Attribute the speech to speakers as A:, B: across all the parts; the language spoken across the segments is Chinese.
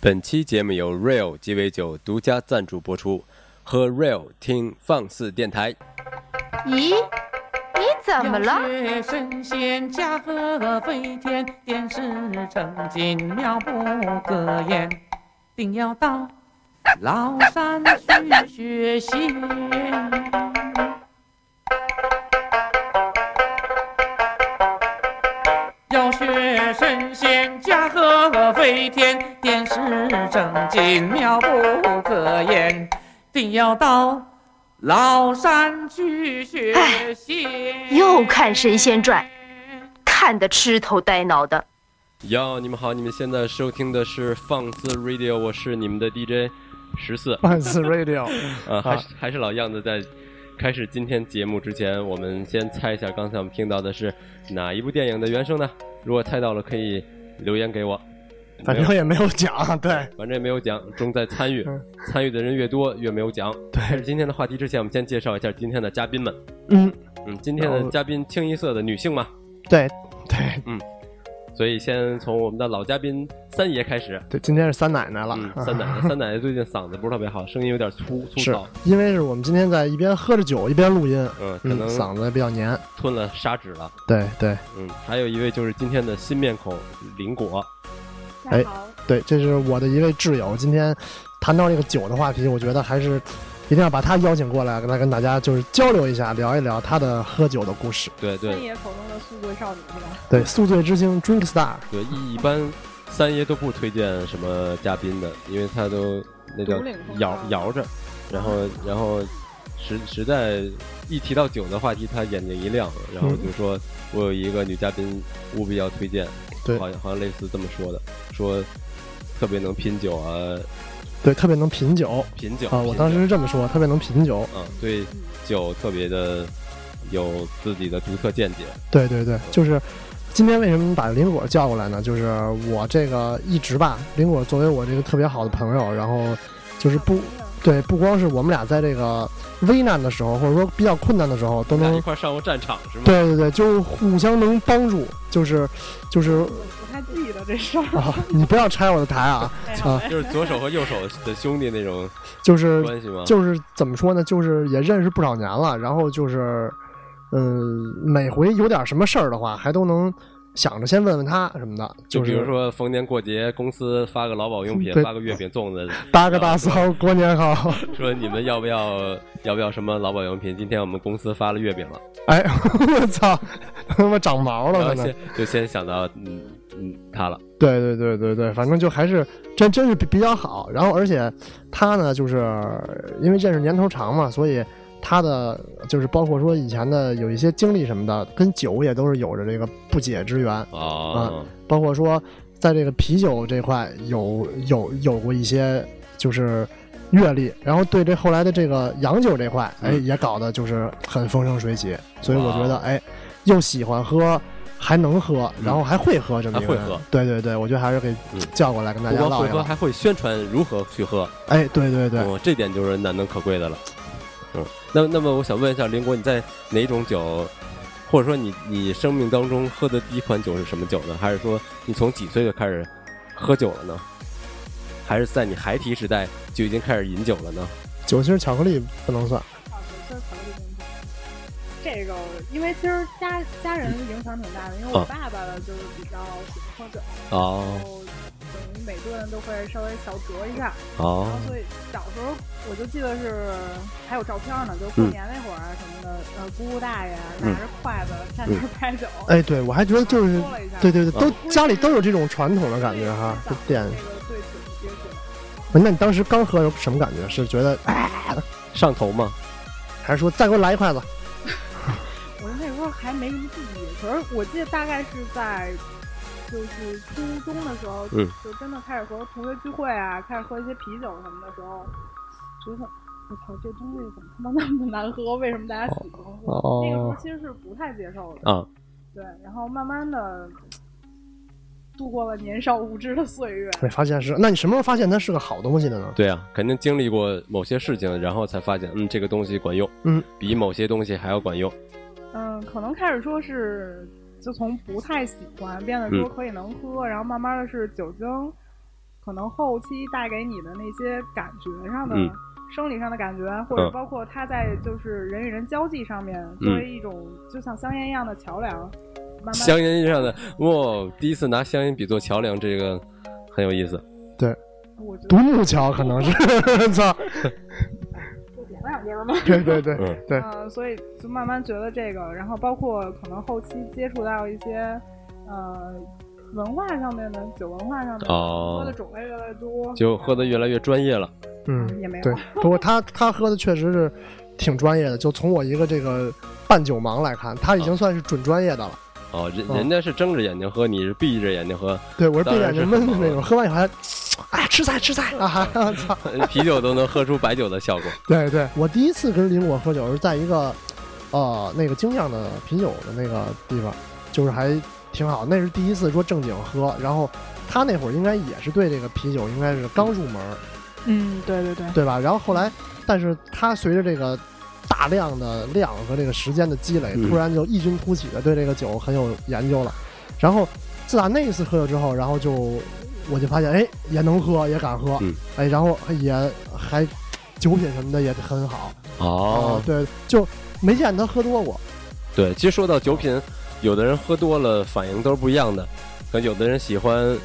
A: 本期节目由 Real 鸡尾酒独家赞助播出，喝 Real 听放肆电台。
B: 咦，你怎么了？
C: 是神仙驾鹤飞天，电视成精妙不可言，定要到崂山去学习。要学神仙驾鹤飞天，电视成精妙不可言，定要到崂山去学习。
B: 又看《神仙传》，看得痴头呆脑的。
A: 哟，你们好，你们现在收听的是放肆 Radio，我是你们的 DJ 十四，
D: 万 斯 Radio，
A: 呃，还是还是老样子，在开始今天节目之前，我们先猜一下刚才我们听到的是哪一部电影的原声呢？如果猜到了，可以留言给我。
D: 反
A: 没
D: 正
A: 有
D: 也没有奖，对
A: 反正也没有奖，重在参与
D: 嗯，
A: 参与的人越多越没有奖。
D: 对
A: 开始今天的话题之前，我们先介绍一下今天的嘉宾们。
D: 嗯，
A: 嗯，今天的嘉宾清一色的女性嘛，
D: 对对
A: 所以先从我们的老嘉宾三爷开始。
D: 对，今天是三奶奶了，
A: 嗯，
D: 啊
A: 三奶 奶，三奶奶最近嗓子不是特别好，声音有点粗粗
D: 是
A: 糙，
D: 因为是我们今天在一边喝着酒一边录音，
A: 嗯，可
D: 嗯，
A: 能
D: 嗓子比较黏，
A: 吞了砂纸了。
D: 对对
A: 嗯，还有一位就是今天的新面孔林果，
D: 哎对，这是我的一位挚友，今天谈到这个酒的话题，我觉得还是。一定要把他邀请过来，来跟大家就是交流一下，聊一聊他的喝酒的故事。
A: 对对
E: 三爷口中的宿醉少女是吧？
D: 对，宿醉之星 Drink Star，
A: 对，一一般三爷都不推荐什么嘉宾的，因为他都那叫
E: 独领风啊
A: 摇
E: 骚
A: 摇着，然后然后实实在一提到酒的话题，他眼睛一亮，然
D: 嗯
A: 后就说、我有一个女嘉宾务必要推荐，
D: 对
A: 好像好像类似这么说的，说特别能品酒啊，
D: 对，特别能品酒
A: 品酒
D: 啊！我
A: 品
D: 当
A: 酒
D: 时是这么说，特别能品酒。
A: 啊对
E: 嗯
A: 酒特别的有自己的独特见解，
D: 对对对，就是今天为什么把林果叫过来呢？就是我这个一直吧，林果作为我这个特别好的朋友，然后就是不对，不光是我们俩在这个危难的时候，或者说比较困难的时 候，都
A: 我们俩一
D: 能
A: 块儿上过战场是吗？
D: 嗯对对对，就互相能帮助，就是就是
E: 我不太记得这事儿。
D: 啊，你不要拆我的台 啊啊，
A: 就是左手和右手的兄弟那种
D: 就是
A: 关系吗？
D: 就是怎么说呢，就是也认识不少年了，然后就是，嗯，每回有点什么事儿的话，还都能想着先问问他什么的，
A: 就是比如说逢年过节，公司发个劳保用品，
D: 对
A: 发个月饼粽子，
D: 八个大嫂过年好，
A: 说你们要不要要不要什么劳保用品？今天我们公司发了月饼了，
D: 哎，我操，他妈长毛
A: 然后
D: 了，可能
A: 先就先想到嗯嗯他了，
D: 对对对对对，反正就还是真真是比比较好。然后而且他呢，就是因为认识年头长嘛，所以他的就是包括说以前的有一些经历什么的，跟酒也都是有着这个不解之缘。
A: 哦，
D: 包括说在这个啤酒这块有有有过一些就是阅历，然后对这后来的这个洋酒这块，哎，也搞得就是很风生水起，所以我觉
A: 嗯
D: 得
A: 哇哦
D: 哎，又喜欢喝。还能喝，
A: 嗯
D: 然后还会喝，这么一个人
A: 还会喝，
D: 对对对，我觉得还是给
A: 嗯
D: 叫过来跟大
A: 不
D: 家
A: 光
D: 唠
A: 会
D: 一
A: 喝，
D: 唠。
A: 还会宣传如何去喝，
D: 哎，对对对，
A: 哦，这点就是难能可贵的了。嗯，那那么我想问一下林国，你在哪种酒，或者说你你生命当中喝的第一款酒是什么酒呢？还是说你从几岁就开始喝酒了呢？还是在你孩提时代就已经开始饮酒了呢？
D: 酒心儿巧克力不能算，
E: 啊我就是考虑问题这个，因为其实家家人影响挺大的，因为
D: 嗯
E: 我
A: 啊
E: 爸爸就是比较喜欢喝酒，然
A: 哦
E: 后等于每顿都会稍微小酌一下，然
A: 哦
E: 后所以小时候我就记得是还有照片呢，就
D: 嗯
E: 过年那会儿啊什么的，呃，姑姑大爷拿着筷子站那儿拍酒，
D: 哎，对我还觉得就是
E: 抽，了一下，
D: 对对对，都
A: 嗯
E: 啊
D: 家里都有这种传统的感觉哈，
E: 所
D: 这
E: 以
D: 店
E: 从小。这个对酒的接触。
D: 那你当时刚喝什么感觉？是觉得，哎
A: 上头吗？
D: 还是说再给我来一筷子？
E: 我那时候还没什么记忆，可是我记得大概是在就是初中的时候，
A: 嗯
E: 就真的开始和同学聚会啊，开始喝一些啤酒什么的时候，觉得我操，这东西怎么他妈那么难喝？为什么大家喜欢喝？
D: 哦
E: 那个时候其实是不太接受的，
A: 啊，
E: 对。然后慢慢的度过了年少无知的岁月，
D: 没发现是？那你什么时候发现它是个好东西的呢？
A: 对啊，肯定经历过某些事情，然后才发现，嗯，这个东西管用，
D: 嗯，
A: 比某些东西还要管用。
E: 嗯，可能开始说
A: 嗯
E: 是就从不太喜欢变得说可以能喝，然后慢慢的是酒精，可可能后期带给你的那些感觉上的、
A: 嗯
E: 生理上的感觉，啊或者
A: 嗯
E: 包括它在就是人与人交际上面、
A: 嗯
E: 作为一种就像香烟一样的桥梁，慢慢
A: 香烟上的，哇、第一次拿香烟笔做桥梁，这个很有意思。
E: 我觉
D: 独
E: 得
D: 木桥可能是， 操，
E: 前两年嘛，
D: 对对 对
A: 嗯
D: 对，
E: 嗯、所以就慢慢觉得这个，然后包括可能后期接触到一些呃文化上面的酒文化上面的
A: 哦
E: 喝的种类越来越多，
A: 就喝的越来越专业了。
D: 嗯，
E: 也没有
D: 对。不过他他喝的确实是挺专业的，就从我一个这个半酒盲来看，他已
A: 啊
D: 经算是准专业的了。
A: 哦，人
D: 哦
A: 人家是睁着眼睛喝，你是闭着眼睛 喝，
D: 对我是闭
A: 当
D: 眼
A: 然
D: 睛
A: 是
D: 闷的
A: 很
D: 那
A: 忙
D: 种，喝完以后还，哎，吃菜吃菜 啊！哈操，
A: 啤酒都能喝出白酒的效果。
D: 对对，我第一次跟林果喝酒是在一个，呃，那个精酿的啤酒的那个地方，就是还挺好。那是第一次说正经喝，然后他那会儿应该也是对这个啤酒应该是刚入门，
E: 嗯，对对对，
D: 对吧？然后后来，但是他随着这个大量的量和这个时间的积累，
A: 嗯
D: 突然就异军突起的对这个酒很有研究了。然后自打那一次喝酒之后，然后就我就发现，哎，也能喝，也敢喝，
A: 嗯
D: 哎，然后也还酒品什么的也很好
A: 哦
D: 啊，对，就没见他喝多过。
A: 对，其实说到酒品，有的人喝多了反应都是不一样的，可能有的人喜欢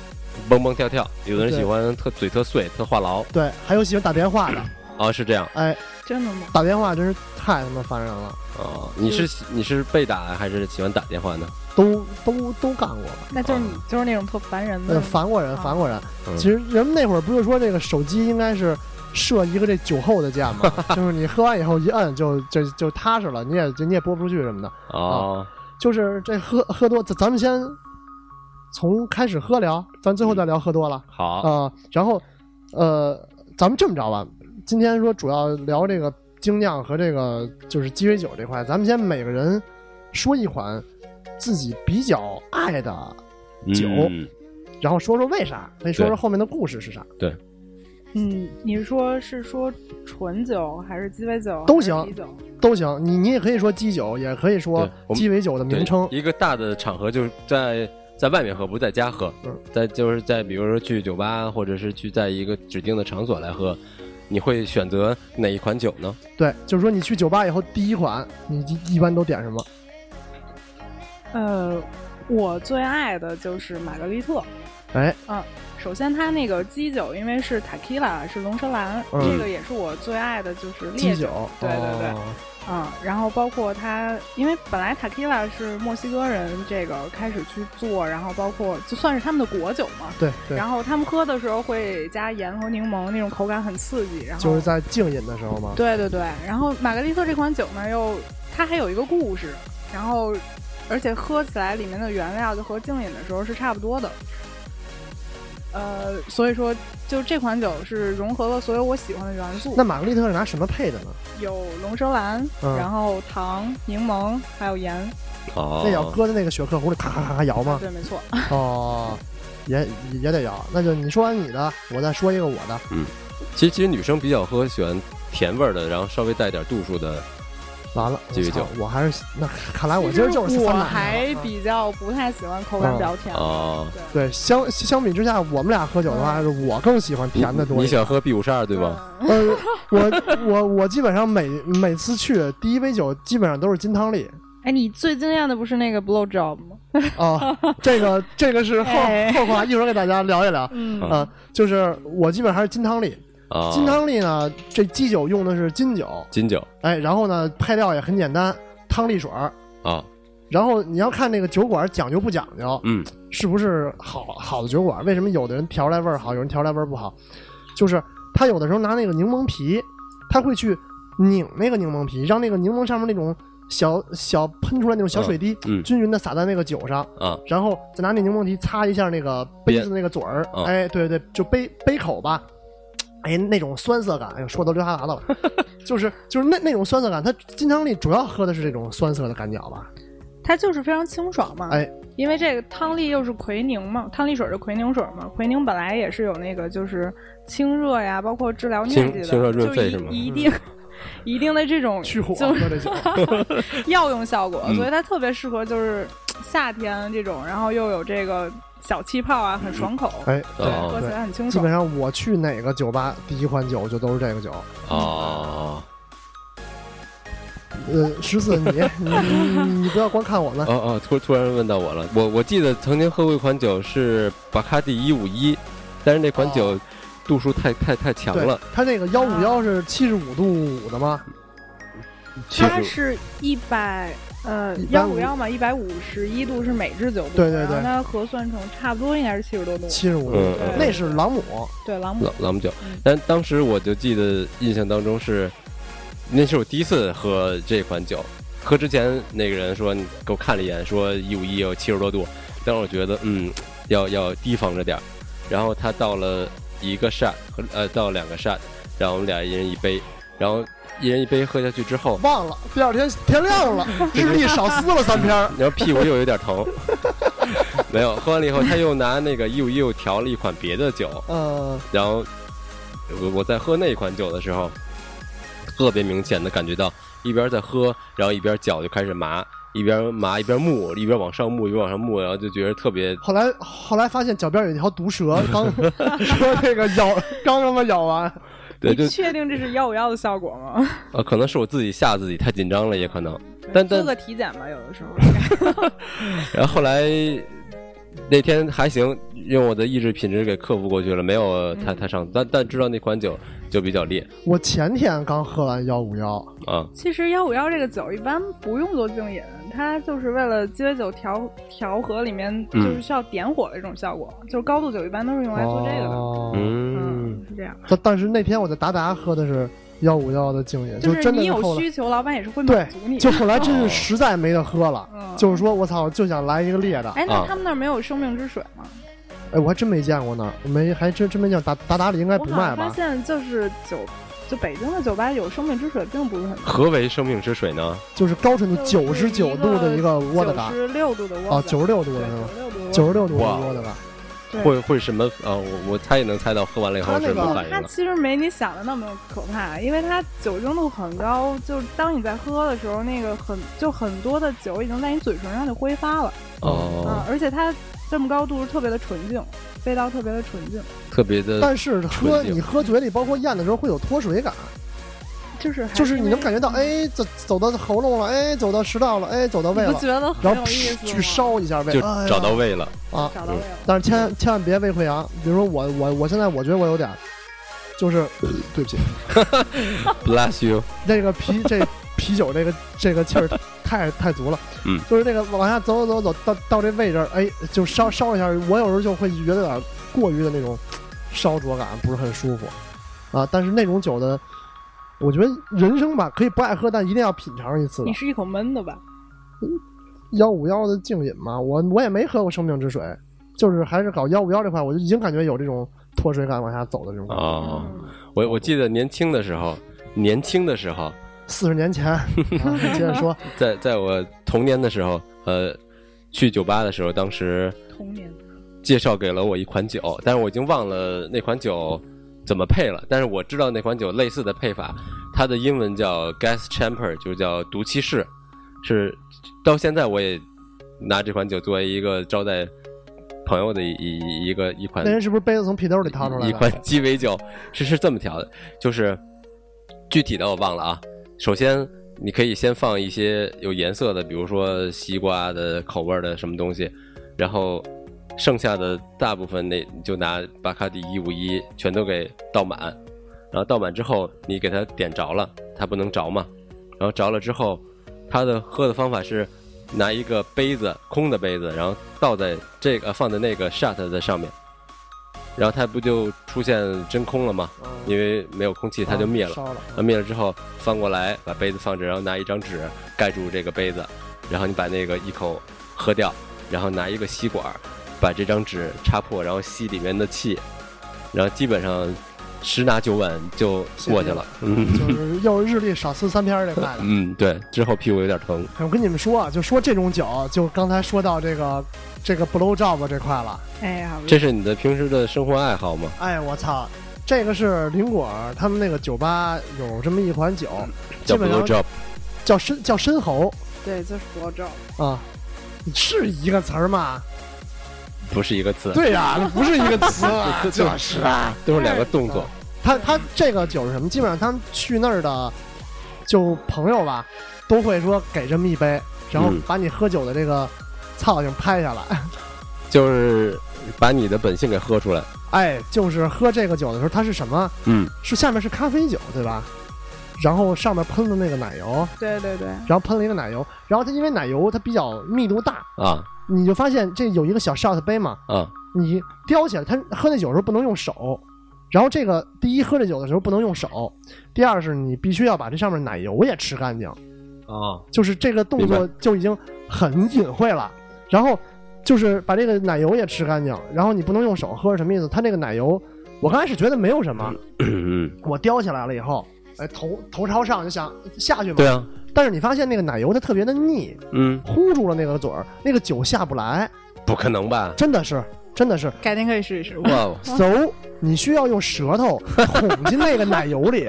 A: 蹦蹦跳跳，有的人
D: 对
A: 喜欢特嘴特碎特话痨
D: 对，还有喜欢打电话的，
A: 啊，是这样
D: 哎，
E: 真的吗？
D: 打电话真是太他妈烦人了，
A: 啊。你是喜你是被打还是喜欢打电话呢？
D: 都都都干过吧。
E: 那就是你就是那种特烦人的
D: 啊呃，，烦过人，
E: 啊
D: 烦过人。
A: 嗯
D: 其实人们那会儿不是说这个手机应该是设一个这酒后的键吗？就是你喝完以后一摁就就就踏实了，你也就你也播不出去什么的。
A: 哦，
D: 就是这喝喝多，咱咱们先从开始喝聊，咱最后再聊喝多了啊、
A: 好，
D: 然后呃，咱们这么着吧，今天说主要聊这个精酿和这个就是鸡尾酒这块，咱们先每个人说一款自己比较爱的，酒
A: 嗯
D: 然后说说为啥，再说说后面的故事是啥。
E: 嗯，你是说是说纯酒还是鸡尾酒
D: 都
E: 还是
D: 行
E: 啤酒
D: 都行，你你也可以说基酒，也可以说
A: 对我们
D: 鸡尾酒的名称。
A: 对一个大的场合就是在在外面喝，不在家喝
D: 嗯，
A: 在就是在比如说去酒吧，或者是去在一个指定的场所来喝，你会选择哪一款酒呢？
D: 对就是说你去酒吧以后，第一款你一一般都点什么？
E: 呃，我最爱的就是玛格丽特。
D: 哎，
E: 首先，它那个基酒，因为是塔 q 拉，是龙舌兰，
D: 嗯
E: 这个也是我最爱的，就是
D: 基
E: 烈
D: 酒。
E: 对对对，
D: 哦
E: 嗯，然后包括它，因为本来塔 q 拉是墨西哥人这个开始去做，然后包括就算是他们的果酒嘛。
D: 对对，
E: 然后他们喝的时候会加盐和柠檬，那种口感很刺激。然后
D: 就是在静饮的时候嘛。
E: 对对对，然后玛格丽特这款酒呢，又它还有一个故事，然后而且喝起来里面的原料就和静饮的时候是差不多的。呃，所以说就这款酒是融合了所有我喜欢的元素
D: 那，玛格丽特是拿什么配的呢？
E: 有龙舌兰，
D: 嗯
E: 然后糖、柠檬，还有盐。啊
A: 哦，
D: 那要搁在那个雪克壶里咔咔咔咔摇吗？
E: 对，没错。
D: 哦，也也得摇。那就你说完你的，我再说一个我的。
A: 其实其实女生比较喝喜欢甜味儿的，然后稍微带点度数的。
D: 完了，
A: 鸡尾酒
D: 我操我还是那看哎来我今儿就是
E: 其实
D: 三
E: 我
D: 奶奶了
E: 还
D: 啊
E: 比较不太喜欢口感比较甜。
A: 哦，
D: 对相相比之下，我们俩喝酒的话，是我更喜欢甜的多一点。
A: 你你想喝 B 五十二对吧？
E: 嗯？
D: 呃，我我我基本上每每次去第一杯酒基本上都是金汤力
E: 哎，你最惊讶的不是那个 blow job 吗？
D: 啊，这个这个是后
E: 哎
D: 后话，一会儿给大家聊一聊。
E: 嗯
A: 啊
D: 啊，就是我基本上还是金汤力，
A: 啊，
D: 金汤力呢，这基酒用的是金酒，
A: 金酒
D: 哎，然后呢配料也很简单，汤力水儿。
A: 啊，
D: 然后你要看那个酒馆讲究不讲究，
A: 嗯，
D: 是不是好好的酒馆？为什么有的人调出来味儿好，有人调出来味儿不好？就是他有的时候拿那个柠檬皮，他会去拧那个柠檬皮，让那个柠檬上面那种小小喷出来那种小水滴，
A: 嗯嗯
D: 均匀的洒在那个酒上，
A: 啊，
D: 然后再拿那柠檬皮擦一下那个杯子那个嘴儿，
A: 嗯
D: 哎，对对，就杯杯口吧，哎，那种酸涩感，哎呦，说到流哈喇子了， 就是就是那那种酸涩感，它金汤力主要喝的是这种酸涩的感觉吧？
E: 它就是非常清爽嘛。
D: 哎，
E: 因为这个汤力又是奎宁嘛，汤力水是奎宁水嘛，奎宁本来也是有那个就是清热呀，包括治疗疟疾
A: 清
E: 的，
A: 清热润肺
E: 就是
A: 吗
E: 一 一定。一定的这种
D: 去火
E: 就
D: 喝这酒，
E: 药用效果，
A: 嗯
E: 所以它特别适合就是夏天这种，然后又有这个小气泡啊，很爽口，
D: 哎，对
A: 哦
E: 喝起来很清
D: 基本
E: 爽。
D: 上我去哪个酒吧，第一款酒就都是这个酒。
A: 哦
D: 呃，十四， 你你你你不要光看我
A: 哦
D: 们，
A: 哦，突突然问到我了，我我记得曾经喝过一款酒是巴卡迪一五一，但是那款
D: 哦
A: 酒度数太太太强
D: 对
A: 了，，
D: 它那个幺五幺是七十五度五的吗？
A: 其
E: 它
A: 实
E: 是一百呃
D: 150
E: 幺五幺嘛，一百五十一度是每支酒度，
D: 对对
E: 然后
D: 对
E: 它核算成差不多应该是七十多度。
D: 七十五度
A: 嗯
E: 嗯，
D: 那是朗姆，
E: 对，朗姆
A: 朗朗姆酒
E: 嗯，
A: 但当时我就记得印象当中是，那是我第一次喝这款酒，喝之前那个人说你给我看了一眼，说一五一有七十多度，但我觉得嗯要要提防着点儿，然后他倒了一个 shot 和呃倒了两个 shot，然后我们俩一人一杯，然后一人一杯喝下去之后，
D: 忘了，第二天天亮了，日历少撕了三篇儿。
A: 然后屁股又有点疼， 没有喝完了以后，他又拿那个一五一又调了一款别的酒，
D: 呃，
A: 然后我我在喝那款酒的时候，特别明显的感觉到一边在喝，然后一边脚就开始麻，一边麻一边木，一边往上木，一边往上木，然后就觉得特别
D: 后来后来发现脚边有一条毒蛇， 刚说这个咬，刚他妈咬完，
A: 对，就
E: 你确定这是幺五幺的效果吗？
A: 呃可能是我自己吓自己太紧张了，也可能。 但
E: 做
A: 但
E: 个体检吧，有的时候。
A: 然后后来那天还行，用我的意志品质给克服过去了，没有太太上，但但知道那款酒就比较烈
D: 我前天刚喝完幺五幺，
A: 啊，
E: 其实幺五幺这个酒一般不用做静饮，它就是为了鸡尾酒调调和里面就
A: 嗯
E: 是需要点火的一种效果，就是高度酒一般都是用来做这个的。
D: 哦
A: 嗯
E: 嗯，是这样，
D: 但但是那天我在达达喝的是幺五幺的静饮，
E: 就是
D: 真的是
E: 你有
D: 后来
E: 需求，老板也是会
D: 对
E: 满足你，的
D: 就。后来真是实在没得喝了，
E: 嗯
D: 就是说我操，就想来一个烈的。
E: 哎，
A: 啊
E: 那他们那儿没有生命之水吗？
D: 哎，我还真没见过呢，我没还真真没见过达达达里应该
E: 我
D: 不
E: 好
D: 卖
E: 像发
D: 吧？
E: 现就是酒，就北京的酒吧有生命之水，并不是很多。
A: 何为呃生命之水呢？
D: 就是高纯度九
E: 就是
D: 十
E: 一
D: 九度的一个窝的达
E: 九，十六度的窝
D: 哦，
E: 子
D: 九十六度
E: 对
D: 的是吗？九十
E: 96度的窝子
D: 六度的
A: 哇
D: 窝的吧？
E: 对
A: 会会什么？呃，我我猜也能猜到，喝完了以后
D: 他
A: 是
D: 那
A: 什
D: 个
A: 么反应
E: 它
A: 了？
E: 嗯其实没你想的那么可怕，因为它酒精度很高，就是当你在喝的时候，那个很就很多的酒已经在你嘴唇上就挥发了，
D: 嗯
A: 哦
E: 啊，，而且它这么高度是特别的纯净，味道特别的纯净，
A: 特别的
D: 但是喝
A: 呃纯净
D: 你喝嘴里，包括咽的时候会有脱水感，
E: 就是还
D: 就是
E: 因
D: 你
E: 为
D: 能感觉到，，哎，走走到喉咙了，哎，走到食道了，哎，走到胃
E: 你不
D: 了，
E: 觉得很
D: 然后
E: 有意思吗？
D: 去烧一下胃，
A: 就
D: 哎呀
A: 找到胃了。
D: 啊！
E: 找到
A: 嗯
E: 味了，
D: 但是千万千万别胃溃疡，比如说我我我现在我觉得我有点儿，就是、呃对不起，
A: Bless you，
D: 这个 啤这啤酒这个这个气儿太太足了，
A: 嗯，
D: 就是这个往下走走走走到到这位置，哎，就烧烧一下，我有时候就会觉得有点过于的那种烧灼感，不是很舒服啊。但是那种酒的，我觉得人生吧可以不爱喝，但一定要品尝一次的
E: 你。是一口闷的吧？
D: 幺五幺的静饮嘛，我我也没喝过生命之水，就是还是搞幺五幺这块，我就已经感觉有这种脱水感往下走的这种感觉。
A: 哦，我我记得年轻的时候，年轻的时候，
D: 四十年前，啊你接着 说，
A: 在在我童年的时候，呃，去酒吧的时候，当时
E: 童年
A: 介绍给了我一款酒，但是我已经忘了那款酒怎么配了，但是我知道那款酒类似的配法，它的英文叫 Gas Chamber，就叫毒气室，是到现在我也拿这款酒作为一个招待朋友的一一一个一款
D: 那人是不是杯子从皮兜里掏出来
A: 一
D: 的
A: 款？鸡尾酒是是这么调的，就是具体的我忘了啊。首先，你可以先放一些有颜色的，比如说西瓜的口味儿的什么东西，然后剩下的大部分那你就拿巴卡迪一五一全都给倒满，然后倒满之后你给它点着了，它不能着嘛，然后着了之后，它的喝的方法是拿一个杯子空的杯子，然后倒在这个放在那个 shot 的上面，然后它不就出现真空了吗？因为没有空气，它就灭了。
D: 嗯烧了。
A: 啊，灭了之后翻过来，把杯子放着，然后拿一张纸盖住这个杯子，然后你把那个一口喝掉，然后拿一个吸管儿把这张纸插破，然后吸里面的气，然后基本上十拿九稳就过去了。嗯。
D: 就是又是日历少撕三篇儿这块的
A: 嗯，对，之后屁股有点疼。
D: 我跟你们说啊，就说这种酒，就刚才说到这个这个 blow job 这块了。
E: 哎呀，
A: 这是你的平时的生活爱好吗？
D: 哎，我操，这个是林果儿他们那个酒吧有这么一款酒，
A: 叫
D: 基本
A: blow
D: 上
A: job，
D: 叫深叫深喉
E: 对，就是不照。
D: 啊，是一个词儿吗？
A: 不是一个词，，
D: 对呀、那不是一个词 啊就是啊。
A: 都是两个动作。
D: 嗯他他这个酒是什么？基本上他们去那儿的，就朋友吧，都会说给这么一杯，然后
A: 嗯
D: 把你喝酒的这个操性拍下来。
A: 就是把你的本性给喝出来。
D: 哎，就是喝这个酒的时候，它是什么？
A: 嗯，
D: 是下面是咖啡酒，对吧？然后上面喷的那个奶油，
E: 对对对，
D: 然后喷了一个奶油，然后它因为奶油它比较密度大，
A: 啊
D: 你就发现这有一个小 shot 杯嘛，
A: 啊，
D: 你叼起来，他喝那酒的时候不能用手。然后这个第一，喝这酒的时候不能用手；第二是你必须要把这上面奶油也吃干净，
A: 哦，
D: 就是这个动作
A: 明
D: 就已经很隐晦了。然后就是把这个奶油也吃干净，然后你不能用手喝是什么意思？它这个奶油，我刚开始觉得没有什么，
A: 嗯，
D: 我叼起来了以后，哎，头头朝上就想下去嘛。
A: 对。啊，
D: 但是你发现那个奶油它特别的腻，
A: 嗯，
D: 糊住了那个嘴儿，那个酒下不来，
A: 不可能吧？
D: 真的是，真的是。
E: 改天可以试一试。
A: 哇哦，
D: so 你需要用舌头捅进那个奶油 里，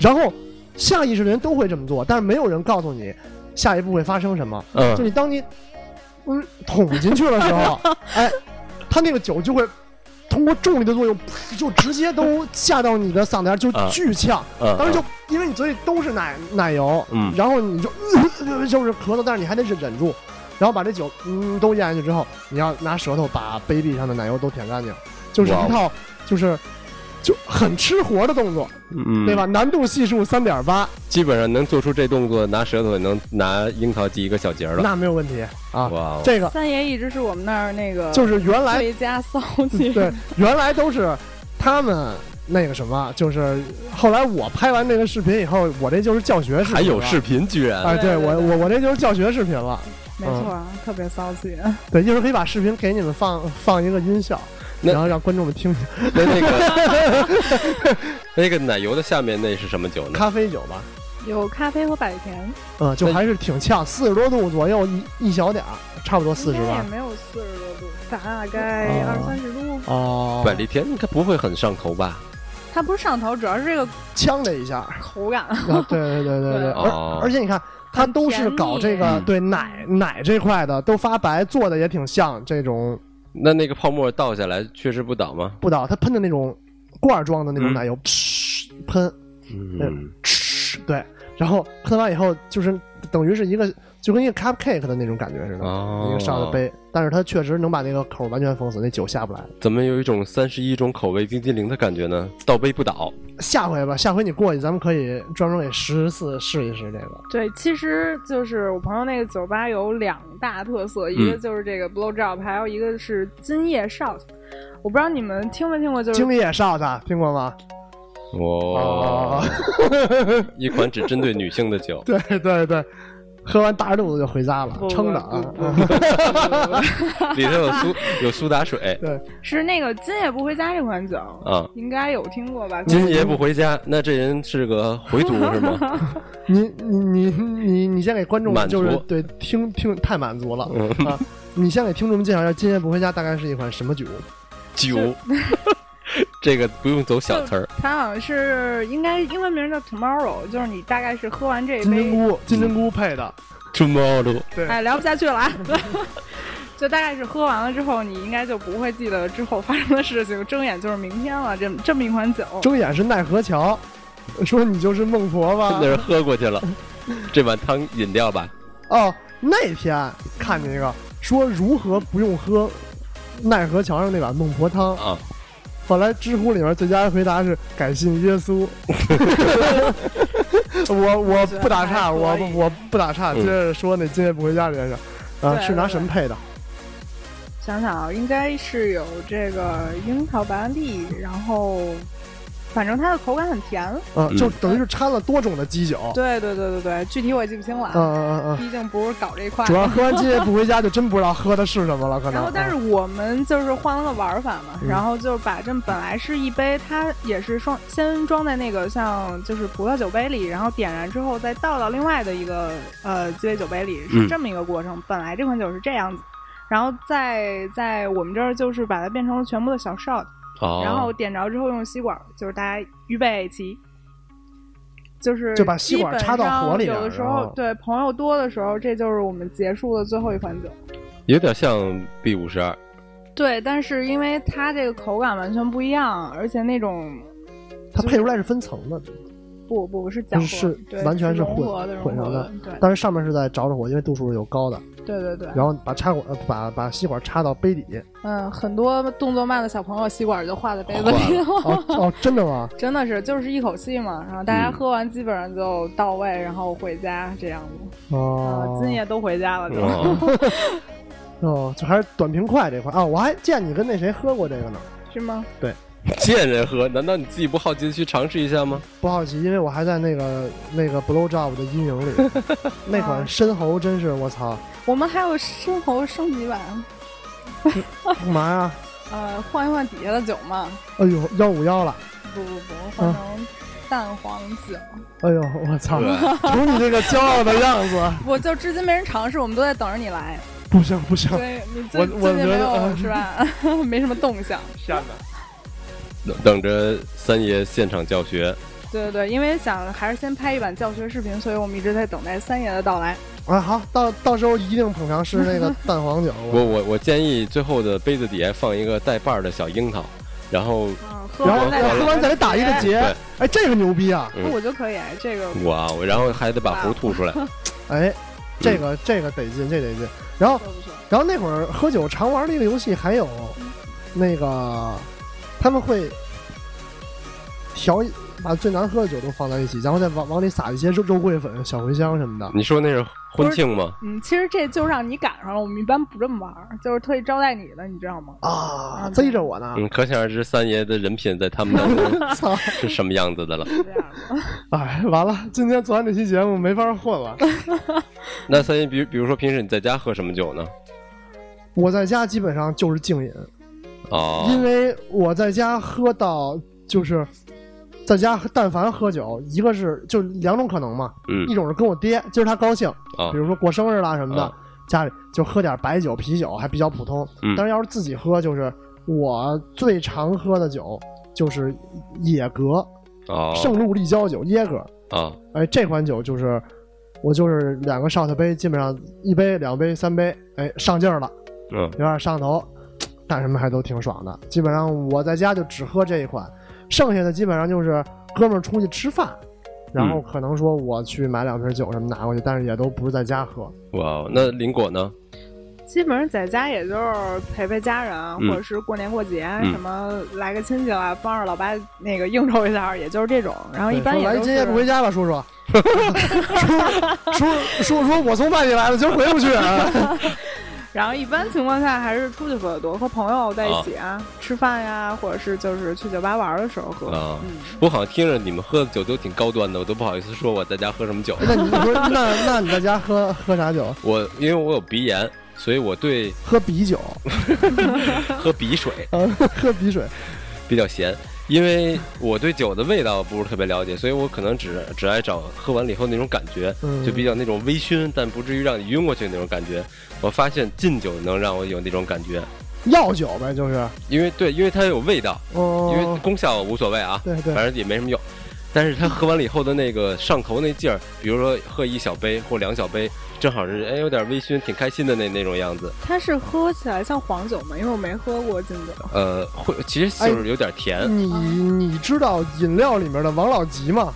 D: 然后下意识的人都会这么做，但是没有人告诉你下一步会发生什么。就
A: 嗯，
D: 你当你嗯捅进去的 时候，哎，它那个酒就会通过重力的作用，就直接都下到你的嗓子眼儿，就
A: 啊
D: 巨呛。
A: 嗯
D: 当时就因为你嘴里都是奶奶油，
A: 嗯
D: 然后你就、呃就是咳嗽，但是你还得忍忍住，然后把这酒嗯都咽下去之后，你要拿舌头把杯壁上的奶油都舔干净，就是
A: 哇哦
D: 一套就是就很吃活的动作，
A: 嗯，
D: 对吧？？难度系数三点八，
A: 基本上能做出这动作，拿舌头也能拿樱桃系一个小节儿了。
D: 那没有问题啊。
A: 哇哦，
D: 这个
E: 三爷一直是我们那儿那个
D: 就是 原来
E: 最佳骚气，
D: 对，原来都是他们。那个什么，就是后来我拍完这个视频以后，我这就是教学视频，
A: 还有视
D: 频
A: 频居然，
D: 哎，对
E: 对对
D: 我我
E: 对
D: 我这就是教学视频了。
E: 没
A: 嗯
E: 错啊，特别骚气。
D: 对，一会儿可以把视频给你们放放一个音效，
A: 那
D: 然后让观众们听听
A: 那那个那个 奶油的下面那是什么酒呢？
D: 咖啡酒吧。
E: 有咖啡和百甜，
D: 嗯，就
A: 那
D: 还是挺呛，四十多度左右，一一小点儿，差不多四十
E: 应该也
D: 吧。
E: 没有四十多度，大概
D: 哦
E: 二三十度。
D: 哦
A: 百利甜应该不会很上头吧？
E: 它不是上头，主要是这个
D: 呛了一 下。啊，
E: 口感。
D: 对对对对对，而
A: 哦
D: 而且你看，它都是搞这个
A: 嗯
D: 对奶奶这块的，都发白，做的也挺像这种
A: 那那个泡沫倒下来确实不倒吗？
D: 不倒，它喷的那种罐儿装的那种
A: 嗯
D: 奶油，嗤喷，
A: 嗯，
D: 嗤对，然后喷完以后就是等于是一个就跟一个 cupcake 的那种感觉似的。
A: 哦，
D: 一个上的，杯，但是它确实能把那个口完全封死，那酒下不来。
A: 怎么有一种三十一种口味冰激凌的感觉呢？倒杯不倒，
D: 下回吧，下回你过去，咱们可以专门给十四试一试这个。
E: 对，其实就是我朋友那个酒吧有两大特色，一
A: 嗯
E: 个就是这个 blow job，还有一个是今夜 shot。我不知道你们听没听过，就是
D: 经理也 shot 听过吗？。
A: 哦，一款只针对女性的酒
D: 对对对，喝完大着肚子就回家了，
E: 不
D: 撑着
E: 不不
D: 啊。
E: 不不不不
A: 里头有 苏有苏打水
E: 是那个今夜不回家这款酒，
A: 啊。
E: 应该有听过吧？
A: 金爷不回家，那这人是个回族是 吗？
D: 你你你你你先给观众
A: 满足
D: 就是对听听太满足了
A: 嗯
D: 啊！你先给听众们介绍一下《今夜不回家》大概是一款什么酒？
A: 酒，这个不用走小词儿，
E: 它好像是应该英文名叫 Tomorrow，就是你大概是喝完这一
D: 金针
E: 杯，
A: 嗯
D: 菇金针菇配的，
A: tomorrow
E: 哎，聊不下去了啊。就大概是喝完了之后，你应该就不会记得之后发生的事情，睁眼就是明天了。这这么一款酒，
D: 睁眼是奈何桥，说你就是孟婆吧
A: 那？是喝过去 了。这碗汤饮料吧，
D: 哦，那天看见一个说如何不用喝奈何桥上那碗孟婆汤，
A: 啊，
D: 后来知乎里面最佳回答是改信耶 稣。我我不打岔，
E: 我觉得
D: 我
E: 还可以
D: 我不打岔，
A: 嗯
D: 接着说那今夜不回家这件事儿，啊，
E: 对
D: 是拿
E: 对
D: 什么配的？
E: 想想啊，应该是有这个樱桃白兰地，然后反正它的口感很甜。
D: 啊，就
A: 嗯
D: 等于是掺了多种的基酒。
E: 对对对对对，具体我也记不清了
D: 嗯
E: 啊，
D: 嗯嗯嗯，
E: 毕竟不是搞这一块。
D: 主要喝完今夜不回家就真不知道喝的是什么了，可能。
E: 然后，但是
D: 啊
E: 我们就是换了个玩法嘛，
D: 嗯
E: 然后就是把这么本来是一杯，它也是装先装在那个像就是葡萄酒杯里，然后点燃之后再倒到另外的一个呃鸡尾酒杯里，是
A: 嗯
E: 这么一个过程。本来这款酒是这样子，然后在在我们这儿就是把它变成了全部的小 shot，、
A: 哦，
E: 然后点着之后用吸管，就是大家预备起。就是
D: 就把吸管插到火里
E: 基
D: 边
E: 本上有的时
D: 然
E: 候
D: 后
E: 对朋友多的时候，这就是我们结束的最后一款酒。
A: 有点像 B 五十二，
E: 对，但是因为它这个口感完全不一样，而且那种
D: 它配出来是分层的，
E: 不不是搅和，
D: 是
E: 对
D: 完全是
E: 融
D: 混
E: 合的融
D: 混合
E: 合
D: 的
E: 的，对
D: 但是上面是在着着火，因为度数有高的，
E: 对对对。
D: 然后把插管呃把把吸管插到 杯底，
E: 嗯，很多动作慢的小朋友吸管就化在杯子
A: 化
E: 里了，
D: 哦嗯哦，真的吗？
E: 真的是就是一口气嘛。然后大家喝完基本上就到位，然后回家这样子。
D: 哦
E: 啊，，今夜都回家了，就、
A: 哦，
D: 哦，就还是短平快这块啊，我还见你跟那谁喝过这个呢，
E: 是吗？
A: 见人喝，难道你自己不好奇的去尝试一下 吗？
D: 不好奇，因为我还在那个那个 blow job 的阴影里，那款深喉真是我操，
E: 我们还有生喉升级版，
D: 干嘛呀？
E: 呃，换一换底下的酒嘛。
D: 哎呦，幺五幺了，
E: 不不不，
D: 嗯
E: 换成蛋黄酒。
D: 哎呦，我操！ 瞅你这个骄傲的样子，
E: 我就至今没人尝试，我们都在等着你来。
D: 不行不行，
E: 对你最
D: 我
E: 最
D: 我
E: 近没
D: 觉得
E: 有
D: 呃
E: 是吧？ 没什么动向。
A: 等等着三爷现场教学，
E: 对对对，因为想还是先拍一版教学视频，所以我们一直在等待三爷的到来。
D: 啊好，到到时候一定捧场是那个蛋黄酒，
A: 我我我建议最后的杯子底下放一个带把儿的小樱桃，然后
E: 啊，喝
D: 然后
E: 完再
D: 嗯喝完再给打一个结
A: 对，
D: 哎，这个牛逼啊！
E: 那我就可以这个。
D: 嗯
A: 哇，我然后还得把核吐出 来，
D: 哎，这个这个得劲，这得劲。然后
E: 不错不错，
D: 然后那会儿喝酒常玩的一个游戏，还有那个他们会调一把最难喝的酒都放在一起，然后再往往里撒一些肉肉桂粉、小茴香什么的。
A: 你说那是婚庆吗？
E: 嗯，其实这就让你赶上了，我们一般不这么玩儿，就是特意招待你的，你知道吗？
D: 啊，
E: 嗯
D: 贼着我呢！
A: 嗯，可想而知三爷的人品在他们当中
D: 操！
A: 是什么样子的了。
E: 是这样的。
D: 哎，完了，今天做完这期节目没法混了。
A: 那三爷，比如比如说平时你在家喝什么酒呢？
D: 我在家基本上就是静饮，
A: 哦，
D: 因为我在家喝到就是，在家但凡喝酒，一个是就两种可能嘛，
A: 嗯
D: 一种是跟我爹，今儿他高兴，
A: 啊
D: 比如说过生日啦什么的，
A: 啊
D: 家里就喝点白酒、啤酒，还比较普通。
A: 嗯
D: 但是要是自己喝，就是我最常喝的酒就是野格、
A: 哦
D: 圣露立交酒、椰格，
A: 啊
D: 哎，这款酒就是我就是两个 shot 杯，基本上一杯、两杯、三杯，哎，上劲儿了。
A: 嗯
D: 有点上头，干什么还都挺爽的。基本上我在家就只喝这一款，剩下的基本上就是哥们儿出去吃饭，然
A: 嗯
D: 后可能说我去买两瓶酒什么拿过去，但是也都不是在家喝。
A: 哇，那林果呢？
E: 基本上在家也就是陪陪家人，
D: 嗯
E: 或者是过年过节、
A: 嗯
E: 什么来个亲戚啦，帮着老爸那个应酬一下，也就是这种。然后一般
D: 对
E: 也
D: 说
E: 都
D: 来
E: 是
D: 今夜不回家吧，叔 叔。叔叔叔叔说，我从外地来的，今儿回不去。啊
E: 然后一般情况下还是出去喝的多，和朋友在一起啊，吃饭呀，或者是就是去酒吧玩的时候喝。
A: 啊
E: 嗯，
A: 我好像听着你们喝的酒都挺高端的，我都不好意思说我在家喝什么酒。
D: 那你说，那那你在家喝喝啥酒？
A: 我因为我有鼻炎，所以我 对
D: 喝啤酒，
A: 喝鼻水
D: 呃，喝啤水。
A: 比较咸，因为我对酒的味道不是特别了解，所以我可能只只爱找喝完了以后那种感觉，
D: 嗯
A: 就比较那种微醺，但不至于让你晕过去那种感觉。我发现劲酒能让我有那种感觉，
D: 药酒呗，就是，
A: 因为对，因为它有味道，因为
D: 哦，
A: 功效无所谓啊，
D: 对对
A: 反正也没什么用。但是他喝完了以后的那个上头那劲儿，比如说喝一小杯或两小杯，正好是哎有点微醺，挺开心的那那种样子。
E: 它是喝起来像黄酒吗？因为我没喝过金酒。
A: 呃，会其实
D: 哎
A: 就是有点甜，
D: 你你知道饮料里面的王老吉吗？